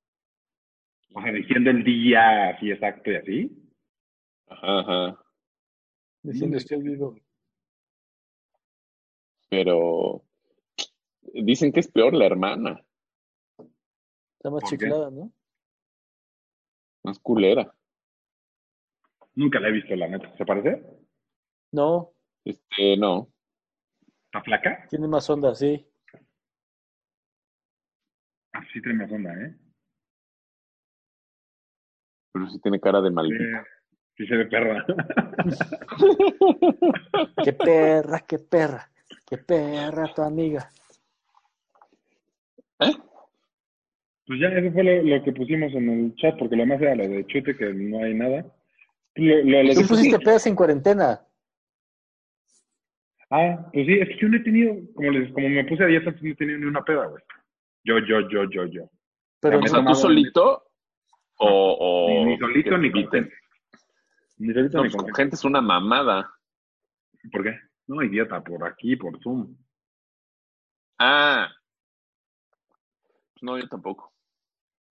[SPEAKER 2] O sea, diciendo el día así exacto y así.
[SPEAKER 3] Ajá, ajá.
[SPEAKER 1] Diciendo,
[SPEAKER 2] Mm.
[SPEAKER 1] estoy vivo.
[SPEAKER 3] Pero. Dicen que es peor la hermana.
[SPEAKER 1] Está más
[SPEAKER 2] ¿Por qué?
[SPEAKER 1] chiflada, ¿no?
[SPEAKER 3] Más culera.
[SPEAKER 2] Nunca la he visto, la neta. ¿Se parece?
[SPEAKER 1] No,
[SPEAKER 3] Este, no.
[SPEAKER 2] ¿Está flaca?
[SPEAKER 1] tiene más onda, sí.
[SPEAKER 2] Así tiene Ah, más onda, ¿eh?
[SPEAKER 3] Pero sí tiene cara de
[SPEAKER 2] Sí,
[SPEAKER 3] maldita.
[SPEAKER 2] sí se ve perra.
[SPEAKER 1] Qué perra, qué perra. Qué perra tu amiga.
[SPEAKER 2] Pues ya, eso fue lo, lo que pusimos en el chat, porque lo más era lo de chute, que no hay nada. Lo, lo- lo
[SPEAKER 1] Tú
[SPEAKER 2] de-
[SPEAKER 1] pusiste pedas en cuarentena.
[SPEAKER 2] Ah, pues sí, es que yo no he tenido, como les, como me puse a dieta, pues no he tenido ni una peda, güey. Yo, yo, yo, yo, yo.
[SPEAKER 1] Pero
[SPEAKER 2] También
[SPEAKER 3] O
[SPEAKER 1] no-
[SPEAKER 3] sea,
[SPEAKER 2] mamá,
[SPEAKER 3] ¿tú solito? O,
[SPEAKER 2] Ni,
[SPEAKER 3] o
[SPEAKER 2] ni solito
[SPEAKER 3] que
[SPEAKER 2] ni
[SPEAKER 3] te
[SPEAKER 2] con
[SPEAKER 3] inviten?
[SPEAKER 2] gente. Ni solito
[SPEAKER 3] No,
[SPEAKER 2] ni
[SPEAKER 3] pues
[SPEAKER 2] con
[SPEAKER 3] con
[SPEAKER 2] gente.
[SPEAKER 3] gente es una mamada.
[SPEAKER 2] ¿Por qué? No, idiota, por aquí, por Zoom.
[SPEAKER 3] Ah. No, yo tampoco.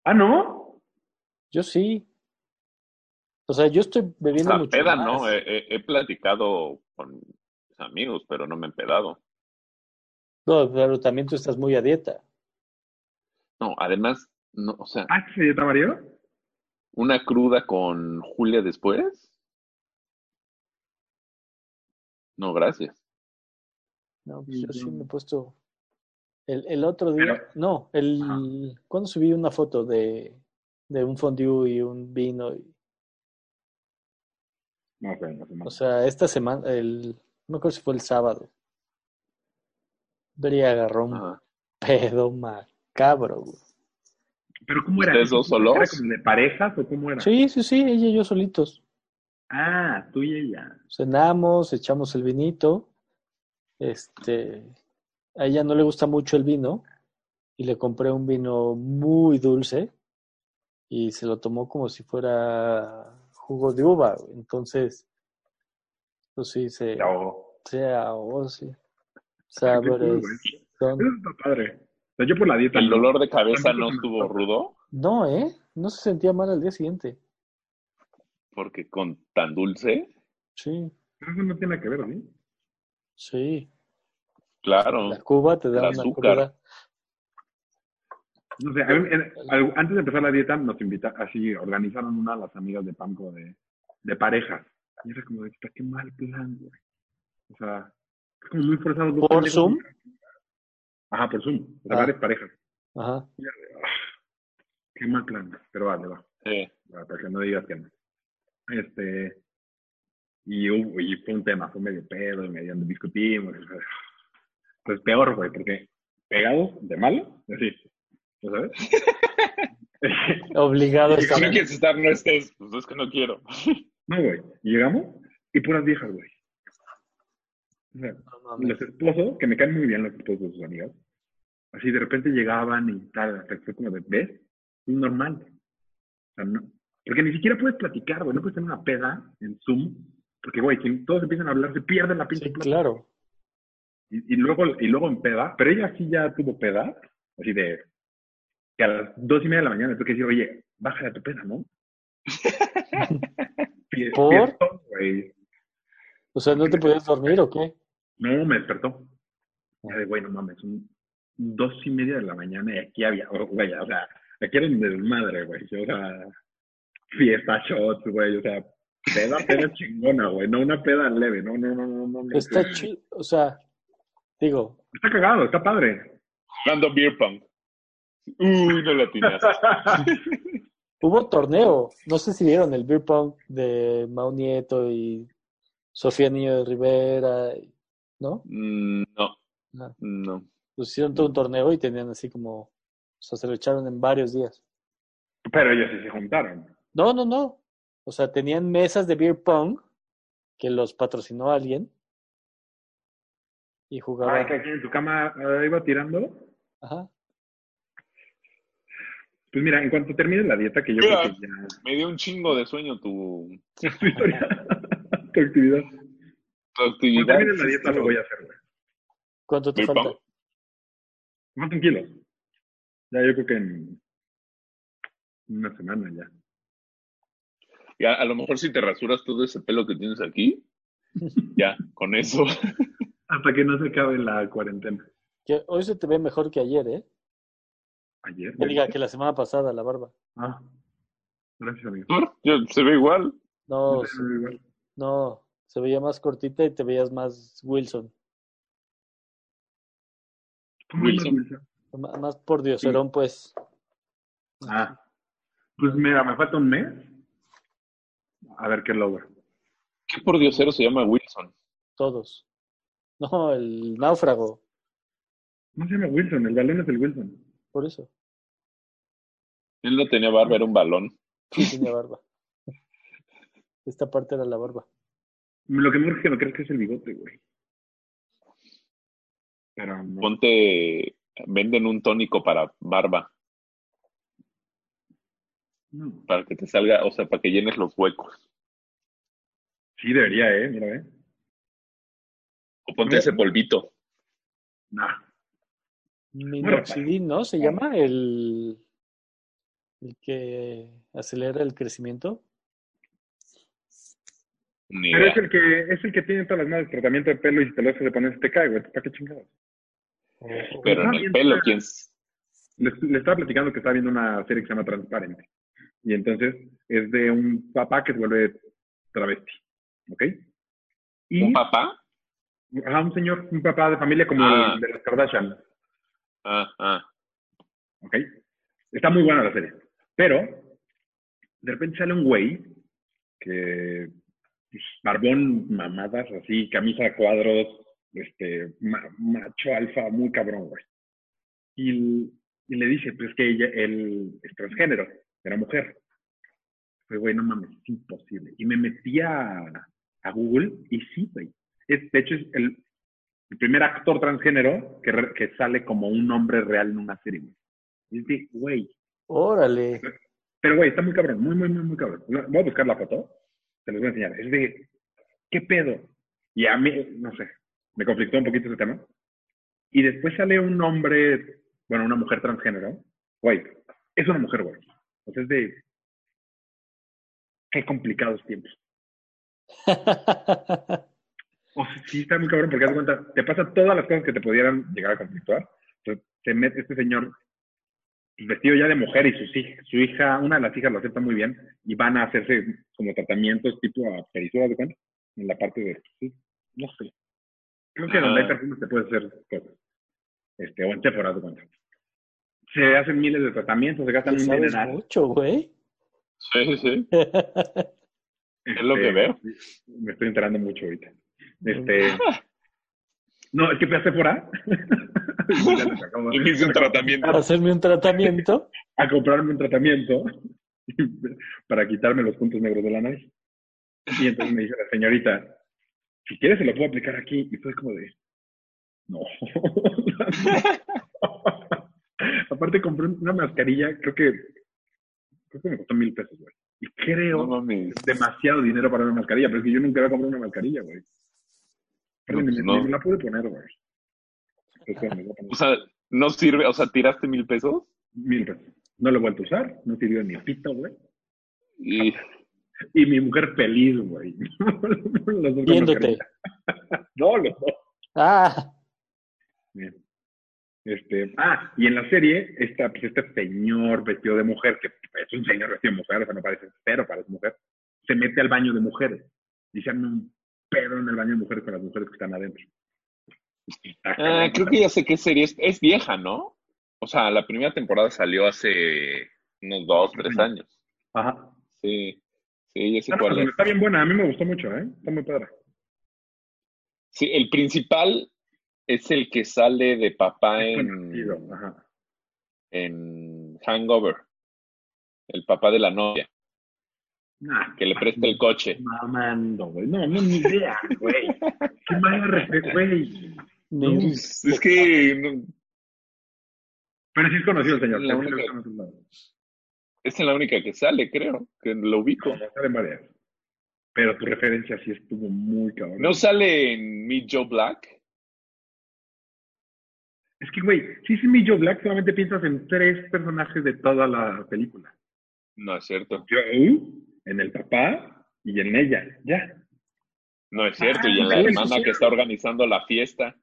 [SPEAKER 2] Ah, ¿no?
[SPEAKER 1] yo sí. O sea, yo estoy
[SPEAKER 3] O
[SPEAKER 1] bebiendo
[SPEAKER 3] sea,
[SPEAKER 1] mucho
[SPEAKER 3] peda
[SPEAKER 1] más.
[SPEAKER 3] no. Eh. He, he- he platicado con mis amigos, pero no me he pedado.
[SPEAKER 1] No, pero también tú estás muy a dieta.
[SPEAKER 3] No, además, no, o sea,
[SPEAKER 2] Ah, ¿se dieta, Mario?
[SPEAKER 3] una cruda con Julia después. No, gracias.
[SPEAKER 1] No, pues
[SPEAKER 2] Sí,
[SPEAKER 1] yo sí
[SPEAKER 2] yo-
[SPEAKER 1] me he puesto. El, el otro día,
[SPEAKER 2] Pero-
[SPEAKER 1] no, el cuando subí una foto de, de un fondue y un vino, y-
[SPEAKER 2] No, sé, no, sé, no.
[SPEAKER 1] o sea, esta semana, el, no creo si fue el sábado. Bri agarró un
[SPEAKER 3] Ajá.
[SPEAKER 1] pedo macabro. güey.
[SPEAKER 2] ¿Pero cómo era?
[SPEAKER 3] ¿Ustedes dos solos?
[SPEAKER 2] ¿Era como de parejas o cómo era?
[SPEAKER 1] Sí, sí, sí, ella y yo solitos.
[SPEAKER 2] Ah, tú y ella.
[SPEAKER 1] Cenamos, echamos el vinito. Este, a ella no le gusta mucho el vino y le compré un vino muy dulce y se lo tomó como si fuera jugo de uva. güey. Entonces, pues sí, se,
[SPEAKER 2] Te ahogó.
[SPEAKER 1] se ahogó, sí.
[SPEAKER 2] Ay, qué
[SPEAKER 1] Sabores.
[SPEAKER 2] cool,
[SPEAKER 1] son-
[SPEAKER 2] Eso está padre. O sea, yo por la dieta.
[SPEAKER 3] El
[SPEAKER 2] no.
[SPEAKER 3] dolor de cabeza
[SPEAKER 2] Tampoco
[SPEAKER 3] no
[SPEAKER 2] se me
[SPEAKER 3] estuvo
[SPEAKER 2] antoja.
[SPEAKER 3] rudo
[SPEAKER 1] No, ¿eh? No se sentía mal al día siguiente.
[SPEAKER 3] porque con tan dulce,
[SPEAKER 1] Sí,
[SPEAKER 2] Eso no tiene que ver, ¿no?
[SPEAKER 1] sí.
[SPEAKER 3] claro.
[SPEAKER 1] La Cuba te da
[SPEAKER 3] El
[SPEAKER 1] una
[SPEAKER 3] azúcar.
[SPEAKER 1] cruda.
[SPEAKER 2] No sé, a mí, en- al- antes de empezar la dieta nos invitaron, así organizaron una de las amigas de Pamco de, de parejas. Y era como, de, "Puta, qué mal plan, güey. O sea, es como muy forzado. dos
[SPEAKER 1] ¿Por
[SPEAKER 2] pendejos.
[SPEAKER 1] Zoom?
[SPEAKER 2] Ajá, por Zoom. O sea,
[SPEAKER 1] Ah.
[SPEAKER 2] varias parejas.
[SPEAKER 1] Ajá.
[SPEAKER 2] Qué mal plan. Pero vale, va.
[SPEAKER 3] Sí.
[SPEAKER 2] va, Para que no digas que no. Este, y, hubo- y fue un tema, fue medio pedo, y medio discutimos. o sea, Pues peor, güey, porque pegados de malo, así, ¿no sabes?
[SPEAKER 1] Obligado
[SPEAKER 3] Si
[SPEAKER 1] estaba.
[SPEAKER 3] no quieres estar, no estés. Pues es que no quiero.
[SPEAKER 2] No, güey. Llegamos y puras viejas, güey. O sea,
[SPEAKER 1] No mames.
[SPEAKER 2] los esposos, que me caen muy bien los esposos de sus amigas, así de repente llegaban y tal, hasta que fue como de, ¿ves? Es normal. O sea, no. Porque ni siquiera puedes platicar, güey. No puedes tener una peda en Zoom. Porque, güey, si todos empiezan a hablar, se pierden la pinche
[SPEAKER 1] Sí,
[SPEAKER 2] plática.
[SPEAKER 1] claro.
[SPEAKER 2] Y, y luego y luego en peda, pero ella sí ya tuvo peda, así de que a las dos y media de la mañana le tuve que decir, oye, baja de tu peda, ¿no? Fie-
[SPEAKER 1] ¿Por?
[SPEAKER 2] fiestón, güey.
[SPEAKER 1] O sea, ¿no te podías dormir o qué?
[SPEAKER 2] No, me despertó. Ya de, güey, no mames, son dos y media de la mañana y aquí había, oh, güey, o sea, aquí era un desmadre, güey, o sea, fiesta, shots, güey, o sea, peda, peda chingona, güey, no una peda leve, no, no, no, no, no. no.
[SPEAKER 1] Está chido. O sea, digo,
[SPEAKER 2] Está cagado, está padre.
[SPEAKER 3] Random beer pong. Uy, no la atinaste.
[SPEAKER 1] hubo torneo. No sé si vieron el beer pong de Mau Nieto y Sofía Niño de Rivera, ¿no?
[SPEAKER 3] Mm, No,
[SPEAKER 1] No.
[SPEAKER 3] no.
[SPEAKER 1] Pues hicieron todo un torneo y tenían así como, o sea, se lo echaron en varios días.
[SPEAKER 2] Pero ellos sí se juntaron.
[SPEAKER 1] No, no, no. O sea, tenían mesas de beer pong que los patrocinó alguien y
[SPEAKER 2] Ay,
[SPEAKER 1] jugaban.
[SPEAKER 2] que aquí Ah, en tu cama eh, iba tirando.
[SPEAKER 1] Ajá.
[SPEAKER 2] Pues mira, en cuanto termine la dieta, que yo
[SPEAKER 3] Mira.
[SPEAKER 2] creo que ya
[SPEAKER 3] Me dio un chingo de sueño tu,
[SPEAKER 2] tu historia, tu actividad.
[SPEAKER 3] tu
[SPEAKER 2] Cuando
[SPEAKER 3] actividad.
[SPEAKER 2] termine la dieta lo voy a hacer, güey.
[SPEAKER 1] ¿Cuánto te
[SPEAKER 3] Beer
[SPEAKER 1] falta?
[SPEAKER 3] pong.
[SPEAKER 2] Más tranquilo. Ya yo creo que en una semana ya.
[SPEAKER 3] Ya, a lo mejor si te rasuras todo ese pelo que tienes aquí, ya, con eso.
[SPEAKER 2] Hasta que no se acabe la cuarentena.
[SPEAKER 1] Que hoy se te ve mejor que ayer, ¿eh?
[SPEAKER 2] Ayer.
[SPEAKER 1] No diga que la semana pasada la barba.
[SPEAKER 2] Ah. Gracias, amigo.
[SPEAKER 3] Ya, se ve igual.
[SPEAKER 1] No,
[SPEAKER 2] No
[SPEAKER 1] se-
[SPEAKER 2] se ve igual.
[SPEAKER 1] no, se veía más cortita y te veías más Wilson,
[SPEAKER 2] ¿Cómo
[SPEAKER 3] Wilson.
[SPEAKER 2] andas, Wilson?
[SPEAKER 1] m- más por dioserón, pues.
[SPEAKER 2] Ah. Pues mira, me falta un mes. A ver qué logro.
[SPEAKER 3] ¿Qué por diosero se llama Wilson?
[SPEAKER 1] Todos. No, el náufrago,
[SPEAKER 2] No se llama Wilson, el balón es el Wilson.
[SPEAKER 1] por eso.
[SPEAKER 3] Él no tenía barba, era un balón.
[SPEAKER 1] Sí tenía barba. Esta parte era la barba.
[SPEAKER 2] Lo que me urge no crees que es el bigote, güey. Pero no.
[SPEAKER 3] Ponte, venden un tónico para barba,
[SPEAKER 2] no.
[SPEAKER 3] para que te salga, o sea, para que llenes los huecos.
[SPEAKER 2] Sí, debería, ¿eh? Mira, ¿eh?
[SPEAKER 3] O ponte ese polvito.
[SPEAKER 2] Nah.
[SPEAKER 1] Minoxidil, ¿no? Se llama el, el que acelera el crecimiento.
[SPEAKER 3] Ni
[SPEAKER 2] Pero
[SPEAKER 3] idea.
[SPEAKER 2] es el que es el que tiene todas las madres tratamiento de pelo y si te lo haces de poner, te cae, güey. ¿Para qué chingados?
[SPEAKER 3] Pero en el pelo, ¿quién? s-
[SPEAKER 2] Le, le estaba platicando que estaba viendo una serie que se llama Transparente. Y entonces es de un papá que se vuelve travesti. ¿Ok? Y
[SPEAKER 3] ¿Un papá?
[SPEAKER 2] ajá, un señor, un papá de familia como
[SPEAKER 3] Ah.
[SPEAKER 2] el de las Kardashian.
[SPEAKER 3] Ah, ah.
[SPEAKER 2] ¿ok? Está muy buena la serie. Pero, de repente sale un güey que pues, barbón, mamadas así, camisa a cuadros, este, ma- macho alfa, muy cabrón, güey. Y, l- y le dice, pues que ella, él es transgénero, era mujer. Fue, güey, no mames, es imposible. Y me metí a, a Google y sí, güey. Es- de hecho, es el, el primer actor transgénero que, re- que sale como un hombre real en una serie, güey. Y dije, güey.
[SPEAKER 1] Órale.
[SPEAKER 2] Pero, güey, está muy cabrón, muy, muy, muy, muy cabrón. No, Voy a buscar la foto, te los voy a enseñar. Es de, ¿qué pedo? Y a mí, no sé, me conflictó un poquito ese tema. Y después sale un hombre, bueno, una mujer transgénero. Güey, es una mujer, güey. O sea, es de, qué complicados tiempos. O sea, Oh, sí, está muy cabrón porque haz de cuenta, te pasa todas las cosas que te pudieran llegar a conflictuar. Entonces, se mete este señor pues, vestido ya de mujer y sus hij- su hija, una de las hijas lo acepta muy bien y van a hacerse como tratamientos tipo a perisura, haz de cuenta? En la parte de, sí, no sé. Creo que donde hay
[SPEAKER 3] Ah.
[SPEAKER 2] perfumes te puedes hacer cosas. Este, o en Sephora, haz de cuenta. Se hacen miles de tratamientos, se gastan
[SPEAKER 1] Le
[SPEAKER 2] un
[SPEAKER 1] Pues, sabes
[SPEAKER 2] dineral.
[SPEAKER 1] mucho, güey.
[SPEAKER 3] Sí, sí. Es lo
[SPEAKER 2] Este,
[SPEAKER 3] que veo. Mm.
[SPEAKER 2] Me estoy enterando mucho ahorita. Este, no, es que fui a Sephora. Ya les acabo de-
[SPEAKER 3] Y me hice un tratamiento.
[SPEAKER 1] Para hacerme un tratamiento.
[SPEAKER 2] a comprarme un tratamiento para quitarme los puntos negros de la nariz. Y entonces me dice la señorita, si quieres se lo puedo aplicar aquí. Y fue como de, no. Aparte compré una mascarilla, creo que, creo que me costó mil pesos, güey. Y creo
[SPEAKER 3] No mames.
[SPEAKER 2] demasiado dinero para una mascarilla, pero es que yo nunca había comprado una mascarilla, güey. Pero
[SPEAKER 3] No,
[SPEAKER 2] ni
[SPEAKER 3] pues
[SPEAKER 2] me, ni
[SPEAKER 3] no.
[SPEAKER 2] me la pude poner, güey. Entonces, me voy a poner
[SPEAKER 3] O sea, no sirve. O sea, tiraste mil pesos
[SPEAKER 2] mil pesos. No lo he vuelto a usar, no sirvió ni pito, güey.
[SPEAKER 3] y
[SPEAKER 2] Y mi mujer feliz, güey. Los dos
[SPEAKER 1] Viéndote.
[SPEAKER 2] No, los dos.
[SPEAKER 1] Ah,
[SPEAKER 2] Este, ah, y en la serie, esta, pues, este señor vestido de mujer, que es un señor vestido de mujer, o sea, no parece cero, parece mujer, se mete al baño de mujeres. Y se arma un pedo en el baño de mujeres con las mujeres que están adentro. Está
[SPEAKER 3] Ah,
[SPEAKER 2] cabrón,
[SPEAKER 3] creo que ya sé qué serie es. Es vieja, ¿no? O sea, la primera temporada salió hace unos dos, tres años.
[SPEAKER 2] Ajá.
[SPEAKER 3] Sí, sí, ya sé
[SPEAKER 2] Ah, no,
[SPEAKER 3] cuál
[SPEAKER 2] pero
[SPEAKER 3] es.
[SPEAKER 2] está bien buena, a mí me gustó mucho, ¿eh? Está muy padre.
[SPEAKER 3] Sí, el principal es el que sale de papá
[SPEAKER 2] Conocido,
[SPEAKER 3] en,
[SPEAKER 2] Ajá.
[SPEAKER 3] en Hangover. El papá de la novia,
[SPEAKER 2] Nah,
[SPEAKER 3] que le presta el coche.
[SPEAKER 2] Mamando, güey. No, no, ni idea, güey. Qué mala refe- güey.
[SPEAKER 1] ni-
[SPEAKER 3] Pues, es que no-
[SPEAKER 2] Pero sí es conocido el señor. sí
[SPEAKER 3] La
[SPEAKER 2] lo he
[SPEAKER 3] única-
[SPEAKER 2] visto en otros lados.
[SPEAKER 3] esa es la única que sale, creo, que lo ubico.
[SPEAKER 2] Como salen varias. Pero tu referencia sí estuvo muy cabrón.
[SPEAKER 3] ¿No sale en Meet Joe Black?
[SPEAKER 2] Es que, güey, si sí, mi Joe Black solamente piensas en tres personajes de toda la película.
[SPEAKER 3] No es cierto,
[SPEAKER 2] Joe, en el papá y en ella. Ya.
[SPEAKER 3] no es cierto. Y en
[SPEAKER 2] Ah,
[SPEAKER 3] la
[SPEAKER 2] sí, sí,
[SPEAKER 3] hermana
[SPEAKER 2] sí.
[SPEAKER 3] que está organizando la fiesta.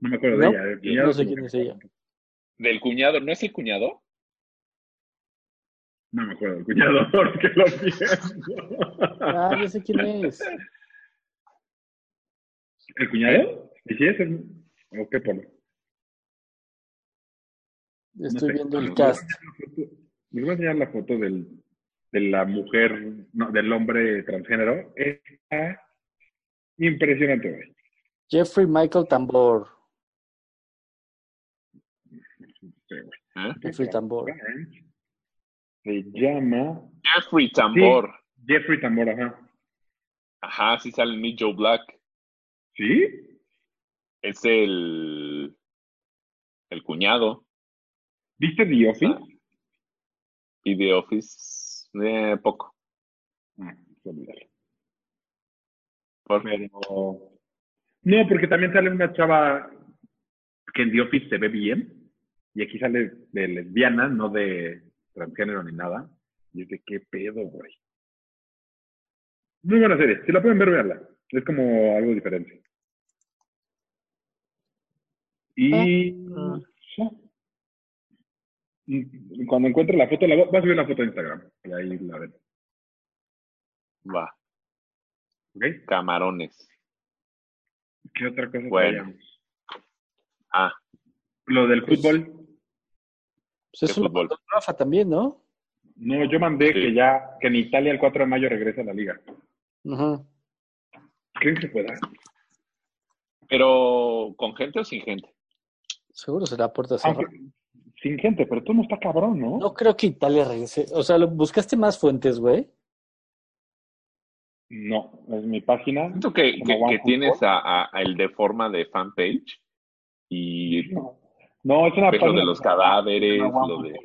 [SPEAKER 2] No me acuerdo
[SPEAKER 1] No,
[SPEAKER 2] de ella. ¿eh?
[SPEAKER 1] no sé quién es ella.
[SPEAKER 3] Del cuñado, ¿no es el cuñado?
[SPEAKER 2] No me acuerdo del cuñado porque lo pienso.
[SPEAKER 1] Ah, ya sé quién es.
[SPEAKER 2] ¿El cuñado? ¿Y si es el... ¿O qué por?
[SPEAKER 1] Estoy
[SPEAKER 2] sé.
[SPEAKER 1] viendo el
[SPEAKER 2] Les voy a
[SPEAKER 1] cast.
[SPEAKER 2] enseñar la foto- Les voy a enseñar la foto del, de la mujer, no, del hombre transgénero. Está impresionante, güey.
[SPEAKER 1] Jeffrey Michael Tambor.
[SPEAKER 2] Sí, güey.
[SPEAKER 3] ¿Eh?
[SPEAKER 1] Jeffrey Tambor.
[SPEAKER 2] Se llama
[SPEAKER 3] Jeffrey Tambor.
[SPEAKER 2] Jeffrey Tambor, ajá.
[SPEAKER 3] Ajá, sí sale en Meet Joe Black.
[SPEAKER 2] ¿Sí?
[SPEAKER 3] Es el, el cuñado
[SPEAKER 2] ¿Viste The Office?
[SPEAKER 1] Ah.
[SPEAKER 3] y The Office. Eh, poco.
[SPEAKER 2] Ah, se olvidaron.
[SPEAKER 3] Por-
[SPEAKER 2] Pero... No, porque también sale una chava que en The Office se ve bien. Y aquí sale de lesbiana, no de transgénero ni nada. Y es de qué pedo, güey. Muy buena serie. Si la pueden ver, veanla. Es como algo diferente. Y.
[SPEAKER 1] Ah.
[SPEAKER 2] ya. Y Cuando encuentre la foto, la voy voy a subir la foto a Instagram. Y ahí la ven.
[SPEAKER 3] Va,
[SPEAKER 2] ¿Ok?
[SPEAKER 3] camarones.
[SPEAKER 2] ¿Qué otra cosa?
[SPEAKER 3] Bueno.
[SPEAKER 2] traíamos?
[SPEAKER 3] Ah,
[SPEAKER 2] Lo del
[SPEAKER 1] Pues-
[SPEAKER 2] fútbol.
[SPEAKER 1] Pues eso
[SPEAKER 3] de
[SPEAKER 1] lo
[SPEAKER 3] fútbol.
[SPEAKER 1] mandó Rafa también, ¿no?
[SPEAKER 2] No, yo mandé
[SPEAKER 3] Sí.
[SPEAKER 2] que ya, que en Italia el 4 de mayo regresa a la liga.
[SPEAKER 1] Ajá.
[SPEAKER 2] ¿Creen que se pueda?
[SPEAKER 3] Pero, ¿con gente o sin gente?
[SPEAKER 2] Ah,
[SPEAKER 1] Seguro será puerta cerrada.
[SPEAKER 2] Aunque, sin gente, pero tú no está cabrón, ¿no?
[SPEAKER 1] No creo que Italia regrese. O sea, ¿lo- ¿buscaste más fuentes, güey?
[SPEAKER 2] No, es mi página.
[SPEAKER 3] Siento que,
[SPEAKER 2] Como
[SPEAKER 3] que-
[SPEAKER 2] One
[SPEAKER 3] que
[SPEAKER 2] Football.
[SPEAKER 3] tienes a, a- a el de forma de fanpage y
[SPEAKER 2] No, No, es una
[SPEAKER 3] ves lo
[SPEAKER 2] página.
[SPEAKER 3] de los cadáveres,
[SPEAKER 2] Una guapa.
[SPEAKER 3] lo de...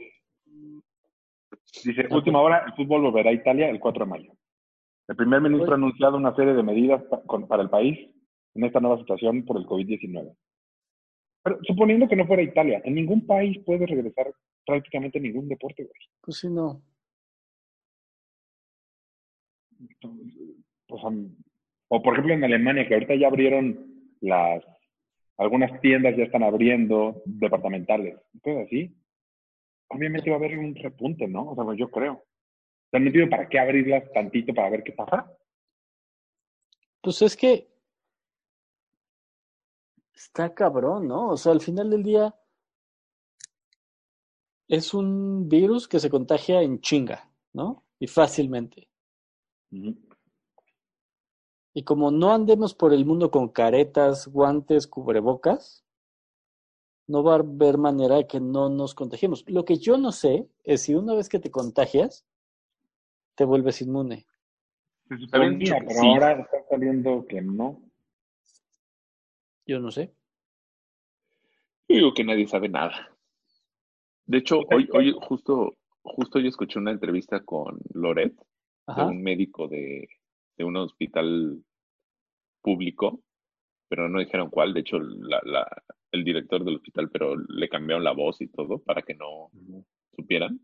[SPEAKER 2] Dice, última hora, el fútbol volverá a Italia el 4 de mayo. El primer ministro ha anunciado una serie de medidas pa- con- para el país en esta nueva situación por el COVID-19. Pero suponiendo que no fuera Italia, en ningún país puede regresar prácticamente ningún deporte, güey.
[SPEAKER 1] Pues sí, no.
[SPEAKER 2] Entonces, O, sea, pues, o por ejemplo en Alemania, que ahorita ya abrieron las... Algunas tiendas ya están abriendo departamentales. Entonces así, obviamente va a haber un repunte, ¿no? O sea, pues, yo creo. ¿Se han metido para qué abrirlas tantito para ver qué pasa?
[SPEAKER 1] Pues es que está cabrón, ¿no? O sea, al final del día es un virus que se contagia en chinga, ¿no? Y fácilmente.
[SPEAKER 2] Ujú.
[SPEAKER 1] Y como no andemos por el mundo con caretas, guantes, cubrebocas, no va a haber manera de que no nos contagiemos. Lo que yo no sé es si una vez que te contagias, te vuelves inmune.
[SPEAKER 2] Se suponía,
[SPEAKER 3] Habían dicho que
[SPEAKER 2] Pues, pero
[SPEAKER 3] sí.
[SPEAKER 2] ahora está saliendo que no.
[SPEAKER 1] Yo no sé.
[SPEAKER 3] Yo digo que nadie sabe nada. De hecho, hoy, hoy justo, justo yo escuché una entrevista con Loret, de
[SPEAKER 1] Ajá.
[SPEAKER 3] un médico de, de un hospital público, pero no dijeron cuál. De hecho, la- la- el director del hospital, pero le cambiaron la voz y todo para que no supieran.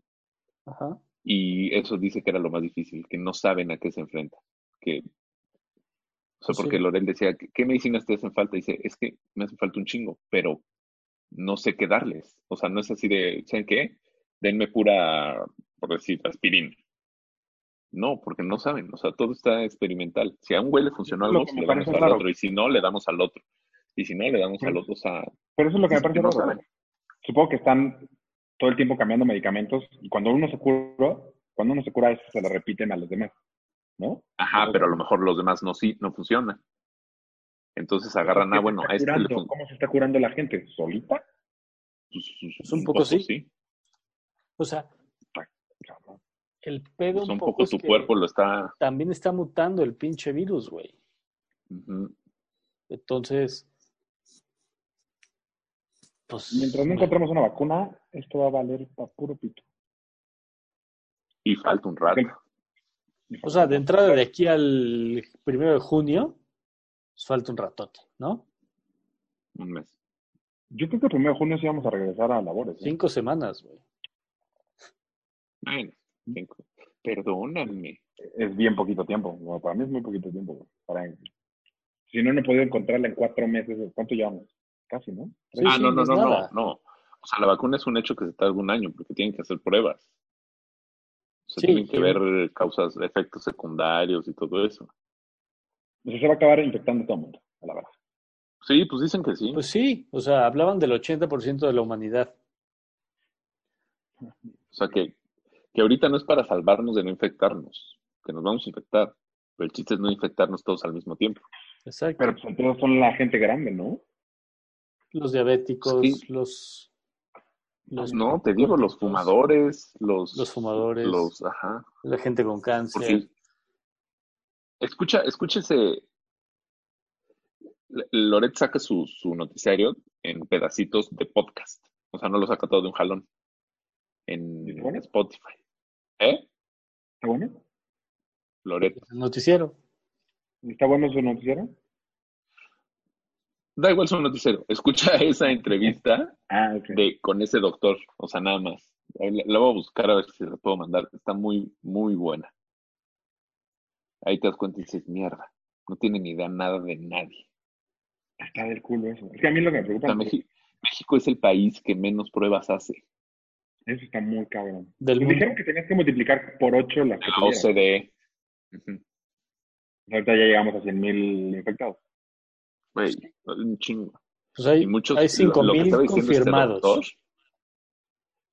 [SPEAKER 1] Ajá.
[SPEAKER 3] Y eso dice que era lo más difícil, que no saben a qué se enfrenta. Que, o sea,
[SPEAKER 1] Sí.
[SPEAKER 3] porque Lorel decía, "¿Qué- ¿qué medicinas te hacen falta? Y dice, es que me hace falta un chingo, pero no sé qué darles. O sea, no es así de, ¿saben qué? Denme pura, por decir, aspirina. No, porque no saben. O sea, todo está experimental. Si a un güey le funcionó
[SPEAKER 2] Lo
[SPEAKER 3] algo,
[SPEAKER 2] que
[SPEAKER 3] se
[SPEAKER 2] me
[SPEAKER 3] lo damos
[SPEAKER 2] parece
[SPEAKER 3] al
[SPEAKER 2] raro.
[SPEAKER 3] otro. Y si no, le damos al otro. Y si no, le damos al otro. O sea,
[SPEAKER 2] Pero eso es lo que me
[SPEAKER 3] Es que
[SPEAKER 2] parece
[SPEAKER 3] no
[SPEAKER 2] raro.
[SPEAKER 3] saben.
[SPEAKER 2] Supongo que están todo el tiempo cambiando medicamentos y cuando uno se cura, cuando uno se cura, eso se lo repiten a los demás, ¿no?
[SPEAKER 3] ajá, pero a lo mejor los demás no, sí, no funcionan. Entonces
[SPEAKER 2] Pues
[SPEAKER 3] agarran, ah,
[SPEAKER 2] ¿Qué se
[SPEAKER 3] bueno,
[SPEAKER 2] está
[SPEAKER 3] a este le
[SPEAKER 2] curando?
[SPEAKER 3] funcionó.
[SPEAKER 2] ¿Cómo se está curando la gente? ¿Solita?
[SPEAKER 3] Pues,
[SPEAKER 1] Pues un poco sí. O sea,
[SPEAKER 2] Cabrón.
[SPEAKER 1] el pedo
[SPEAKER 3] Pues un
[SPEAKER 1] poco
[SPEAKER 3] poco
[SPEAKER 1] es
[SPEAKER 3] tu
[SPEAKER 1] que-
[SPEAKER 3] cuerpo lo está.
[SPEAKER 1] también está mutando el pinche virus, güey.
[SPEAKER 3] Ujú.
[SPEAKER 1] Entonces, pues,
[SPEAKER 2] Mientras no encontremos una vacuna, esto va a valer para puro pito.
[SPEAKER 3] Y falta un rato.
[SPEAKER 1] o sea, de entrada de aquí al primero de junio, pues falta un ratote, ¿no?
[SPEAKER 3] Un mes.
[SPEAKER 2] Yo creo que el primero de junio sí vamos a regresar a labores. ¿eh?
[SPEAKER 1] Cinco semanas, güey.
[SPEAKER 3] Bueno, cinco. Perdóname.
[SPEAKER 2] Es bien poquito tiempo. Bueno, para mí es muy poquito tiempo. güey. Para... Si no, no he podido encontrarla en cuatro meses. ¿Cuánto llevamos? Casi, ¿no?
[SPEAKER 1] Sí,
[SPEAKER 3] ah,
[SPEAKER 1] sí,
[SPEAKER 3] no, no,
[SPEAKER 1] es
[SPEAKER 3] no, no,
[SPEAKER 1] nada.
[SPEAKER 3] no. O sea, la vacuna es un hecho que se tarda un año porque tienen que hacer pruebas. O sea,
[SPEAKER 1] Sí,
[SPEAKER 3] tienen que
[SPEAKER 1] sí.
[SPEAKER 3] ver eh, causas, efectos secundarios y todo eso.
[SPEAKER 2] Eso se va a acabar infectando a todo el mundo, a la verdad.
[SPEAKER 3] Sí, pues dicen que sí.
[SPEAKER 1] Pues sí, o sea, hablaban del 80% de la humanidad.
[SPEAKER 3] O sea, que, que ahorita no es para salvarnos de no infectarnos, que nos vamos a infectar. Pero el chiste es no infectarnos todos al mismo tiempo.
[SPEAKER 1] Exacto.
[SPEAKER 2] Pero pues entonces son la gente grande, ¿no?
[SPEAKER 1] los diabéticos,
[SPEAKER 3] pues Sí. Pues
[SPEAKER 1] los, los-
[SPEAKER 3] no, te digo, los fumadores, los...
[SPEAKER 1] Los fumadores.
[SPEAKER 3] Los, ajá.
[SPEAKER 1] la gente con cáncer.
[SPEAKER 3] Porque escucha, escúchese. L- Loret saca su, su noticiario en pedacitos de podcast. O sea, no lo saca todo de un jalón. En
[SPEAKER 2] ¿Es bueno?
[SPEAKER 3] Spotify. ¿Eh?
[SPEAKER 2] ¿Está bueno?
[SPEAKER 3] Loret.
[SPEAKER 1] El noticiero.
[SPEAKER 2] ¿Está bueno su noticiero?
[SPEAKER 3] Da igual su noticiero. Escucha esa entrevista
[SPEAKER 2] Ah, ok.
[SPEAKER 3] de con ese doctor. O sea, nada más. La, la voy a buscar a ver si se la puedo mandar. Está muy, muy buena. Ahí te das cuenta y dices, mierda. No tiene ni idea nada de nadie.
[SPEAKER 2] Está del culo eso. Es que a mí lo que me
[SPEAKER 3] O sea,
[SPEAKER 2] preocupa es
[SPEAKER 3] México, México es el país que menos pruebas hace.
[SPEAKER 2] eso está muy cabrón.
[SPEAKER 1] Del
[SPEAKER 2] Pues
[SPEAKER 1] mundo.
[SPEAKER 2] dijeron que tenías que multiplicar por ocho las que
[SPEAKER 3] La
[SPEAKER 2] tuvieras.
[SPEAKER 3] OCDE. Ujú.
[SPEAKER 2] Pues Ahorita ya llegamos a 100.000 infectados.
[SPEAKER 3] Güey, un chingo.
[SPEAKER 1] Pues hay,
[SPEAKER 3] Y muchos,
[SPEAKER 1] hay
[SPEAKER 3] lo- lo que
[SPEAKER 1] 5.000
[SPEAKER 3] estaba diciendo ese
[SPEAKER 1] confirmados.
[SPEAKER 3] doctor,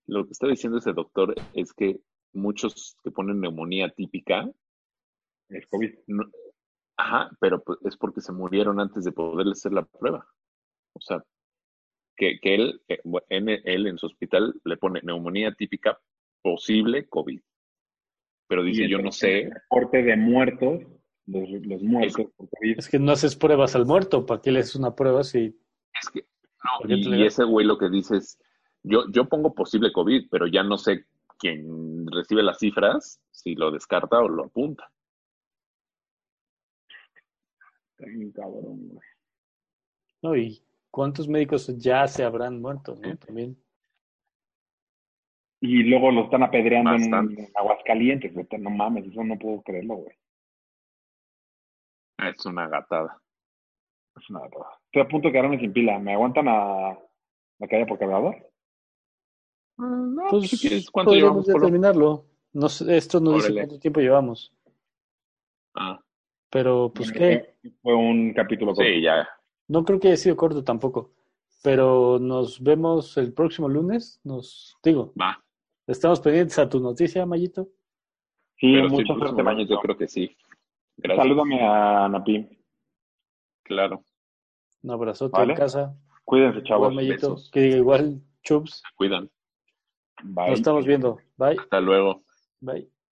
[SPEAKER 3] lo que está diciendo ese doctor es que muchos que ponen neumonía típica,
[SPEAKER 2] Es COVID.
[SPEAKER 3] no- ajá, pero pues es porque se murieron antes de poderles hacer la prueba. O sea, que, que él, que, bueno, en, él en su hospital le pone neumonía típica, posible COVID. Pero dice,
[SPEAKER 2] Y
[SPEAKER 3] yo no
[SPEAKER 2] entonces,
[SPEAKER 3] sé,
[SPEAKER 2] el reporte de muertos, los, los muertos por COVID.
[SPEAKER 1] Es que no haces pruebas al muerto, ¿para qué le haces una prueba si
[SPEAKER 3] es que, no,
[SPEAKER 1] ¿Por qué te
[SPEAKER 3] y,
[SPEAKER 1] le
[SPEAKER 3] y
[SPEAKER 1] das?
[SPEAKER 3] ese güey lo que dice es, yo, yo pongo posible COVID, pero ya no sé quién recibe las cifras, si lo descarta o lo apunta.
[SPEAKER 2] Está bien cabrón, güey.
[SPEAKER 1] no? ¿Y cuántos médicos ya se habrán muerto, no? También.
[SPEAKER 2] Y luego lo están apedreando en,
[SPEAKER 3] Bastante.
[SPEAKER 2] en Aguascalientes. güey. No mames, eso no puedo creerlo, güey.
[SPEAKER 3] Ah, Es una gatada.
[SPEAKER 2] Es una droga. Estoy a punto de quedarme sin pila. ¿Me aguantan a la calle por cargador?
[SPEAKER 3] No,
[SPEAKER 1] Pues
[SPEAKER 3] Ah, si quieres, ¿cuánto
[SPEAKER 1] podríamos
[SPEAKER 3] llevamos, Polo?
[SPEAKER 1] determinarlo. No sé, esto no dice
[SPEAKER 3] Órale.
[SPEAKER 1] cuánto tiempo llevamos,
[SPEAKER 3] Ah,
[SPEAKER 1] pero pues
[SPEAKER 3] Eh,
[SPEAKER 2] Bueno,
[SPEAKER 1] qué,
[SPEAKER 2] fue- Fue un capítulo corto.
[SPEAKER 3] sí, ya.
[SPEAKER 1] no creo que haya sido corto tampoco. Pero nos vemos el próximo lunes, nos digo,
[SPEAKER 3] Va.
[SPEAKER 1] estamos pendientes a tu noticia, Mayito.
[SPEAKER 2] Sí,
[SPEAKER 3] Pero sí,
[SPEAKER 2] mucha
[SPEAKER 3] el
[SPEAKER 2] suerte,
[SPEAKER 3] próximo año
[SPEAKER 2] Mañito.
[SPEAKER 3] yo creo que sí. Gracias.
[SPEAKER 2] Salúdame a Napi.
[SPEAKER 3] Claro.
[SPEAKER 1] Un abrazote
[SPEAKER 2] Vale.
[SPEAKER 1] en casa.
[SPEAKER 2] Cuídense, chavos.
[SPEAKER 1] Igual, Mayito,
[SPEAKER 3] besos.
[SPEAKER 1] que diga igual, Chups.
[SPEAKER 3] Cuidan.
[SPEAKER 2] Bye.
[SPEAKER 1] Nos estamos viendo. Bye,
[SPEAKER 3] Hasta luego.
[SPEAKER 1] bye.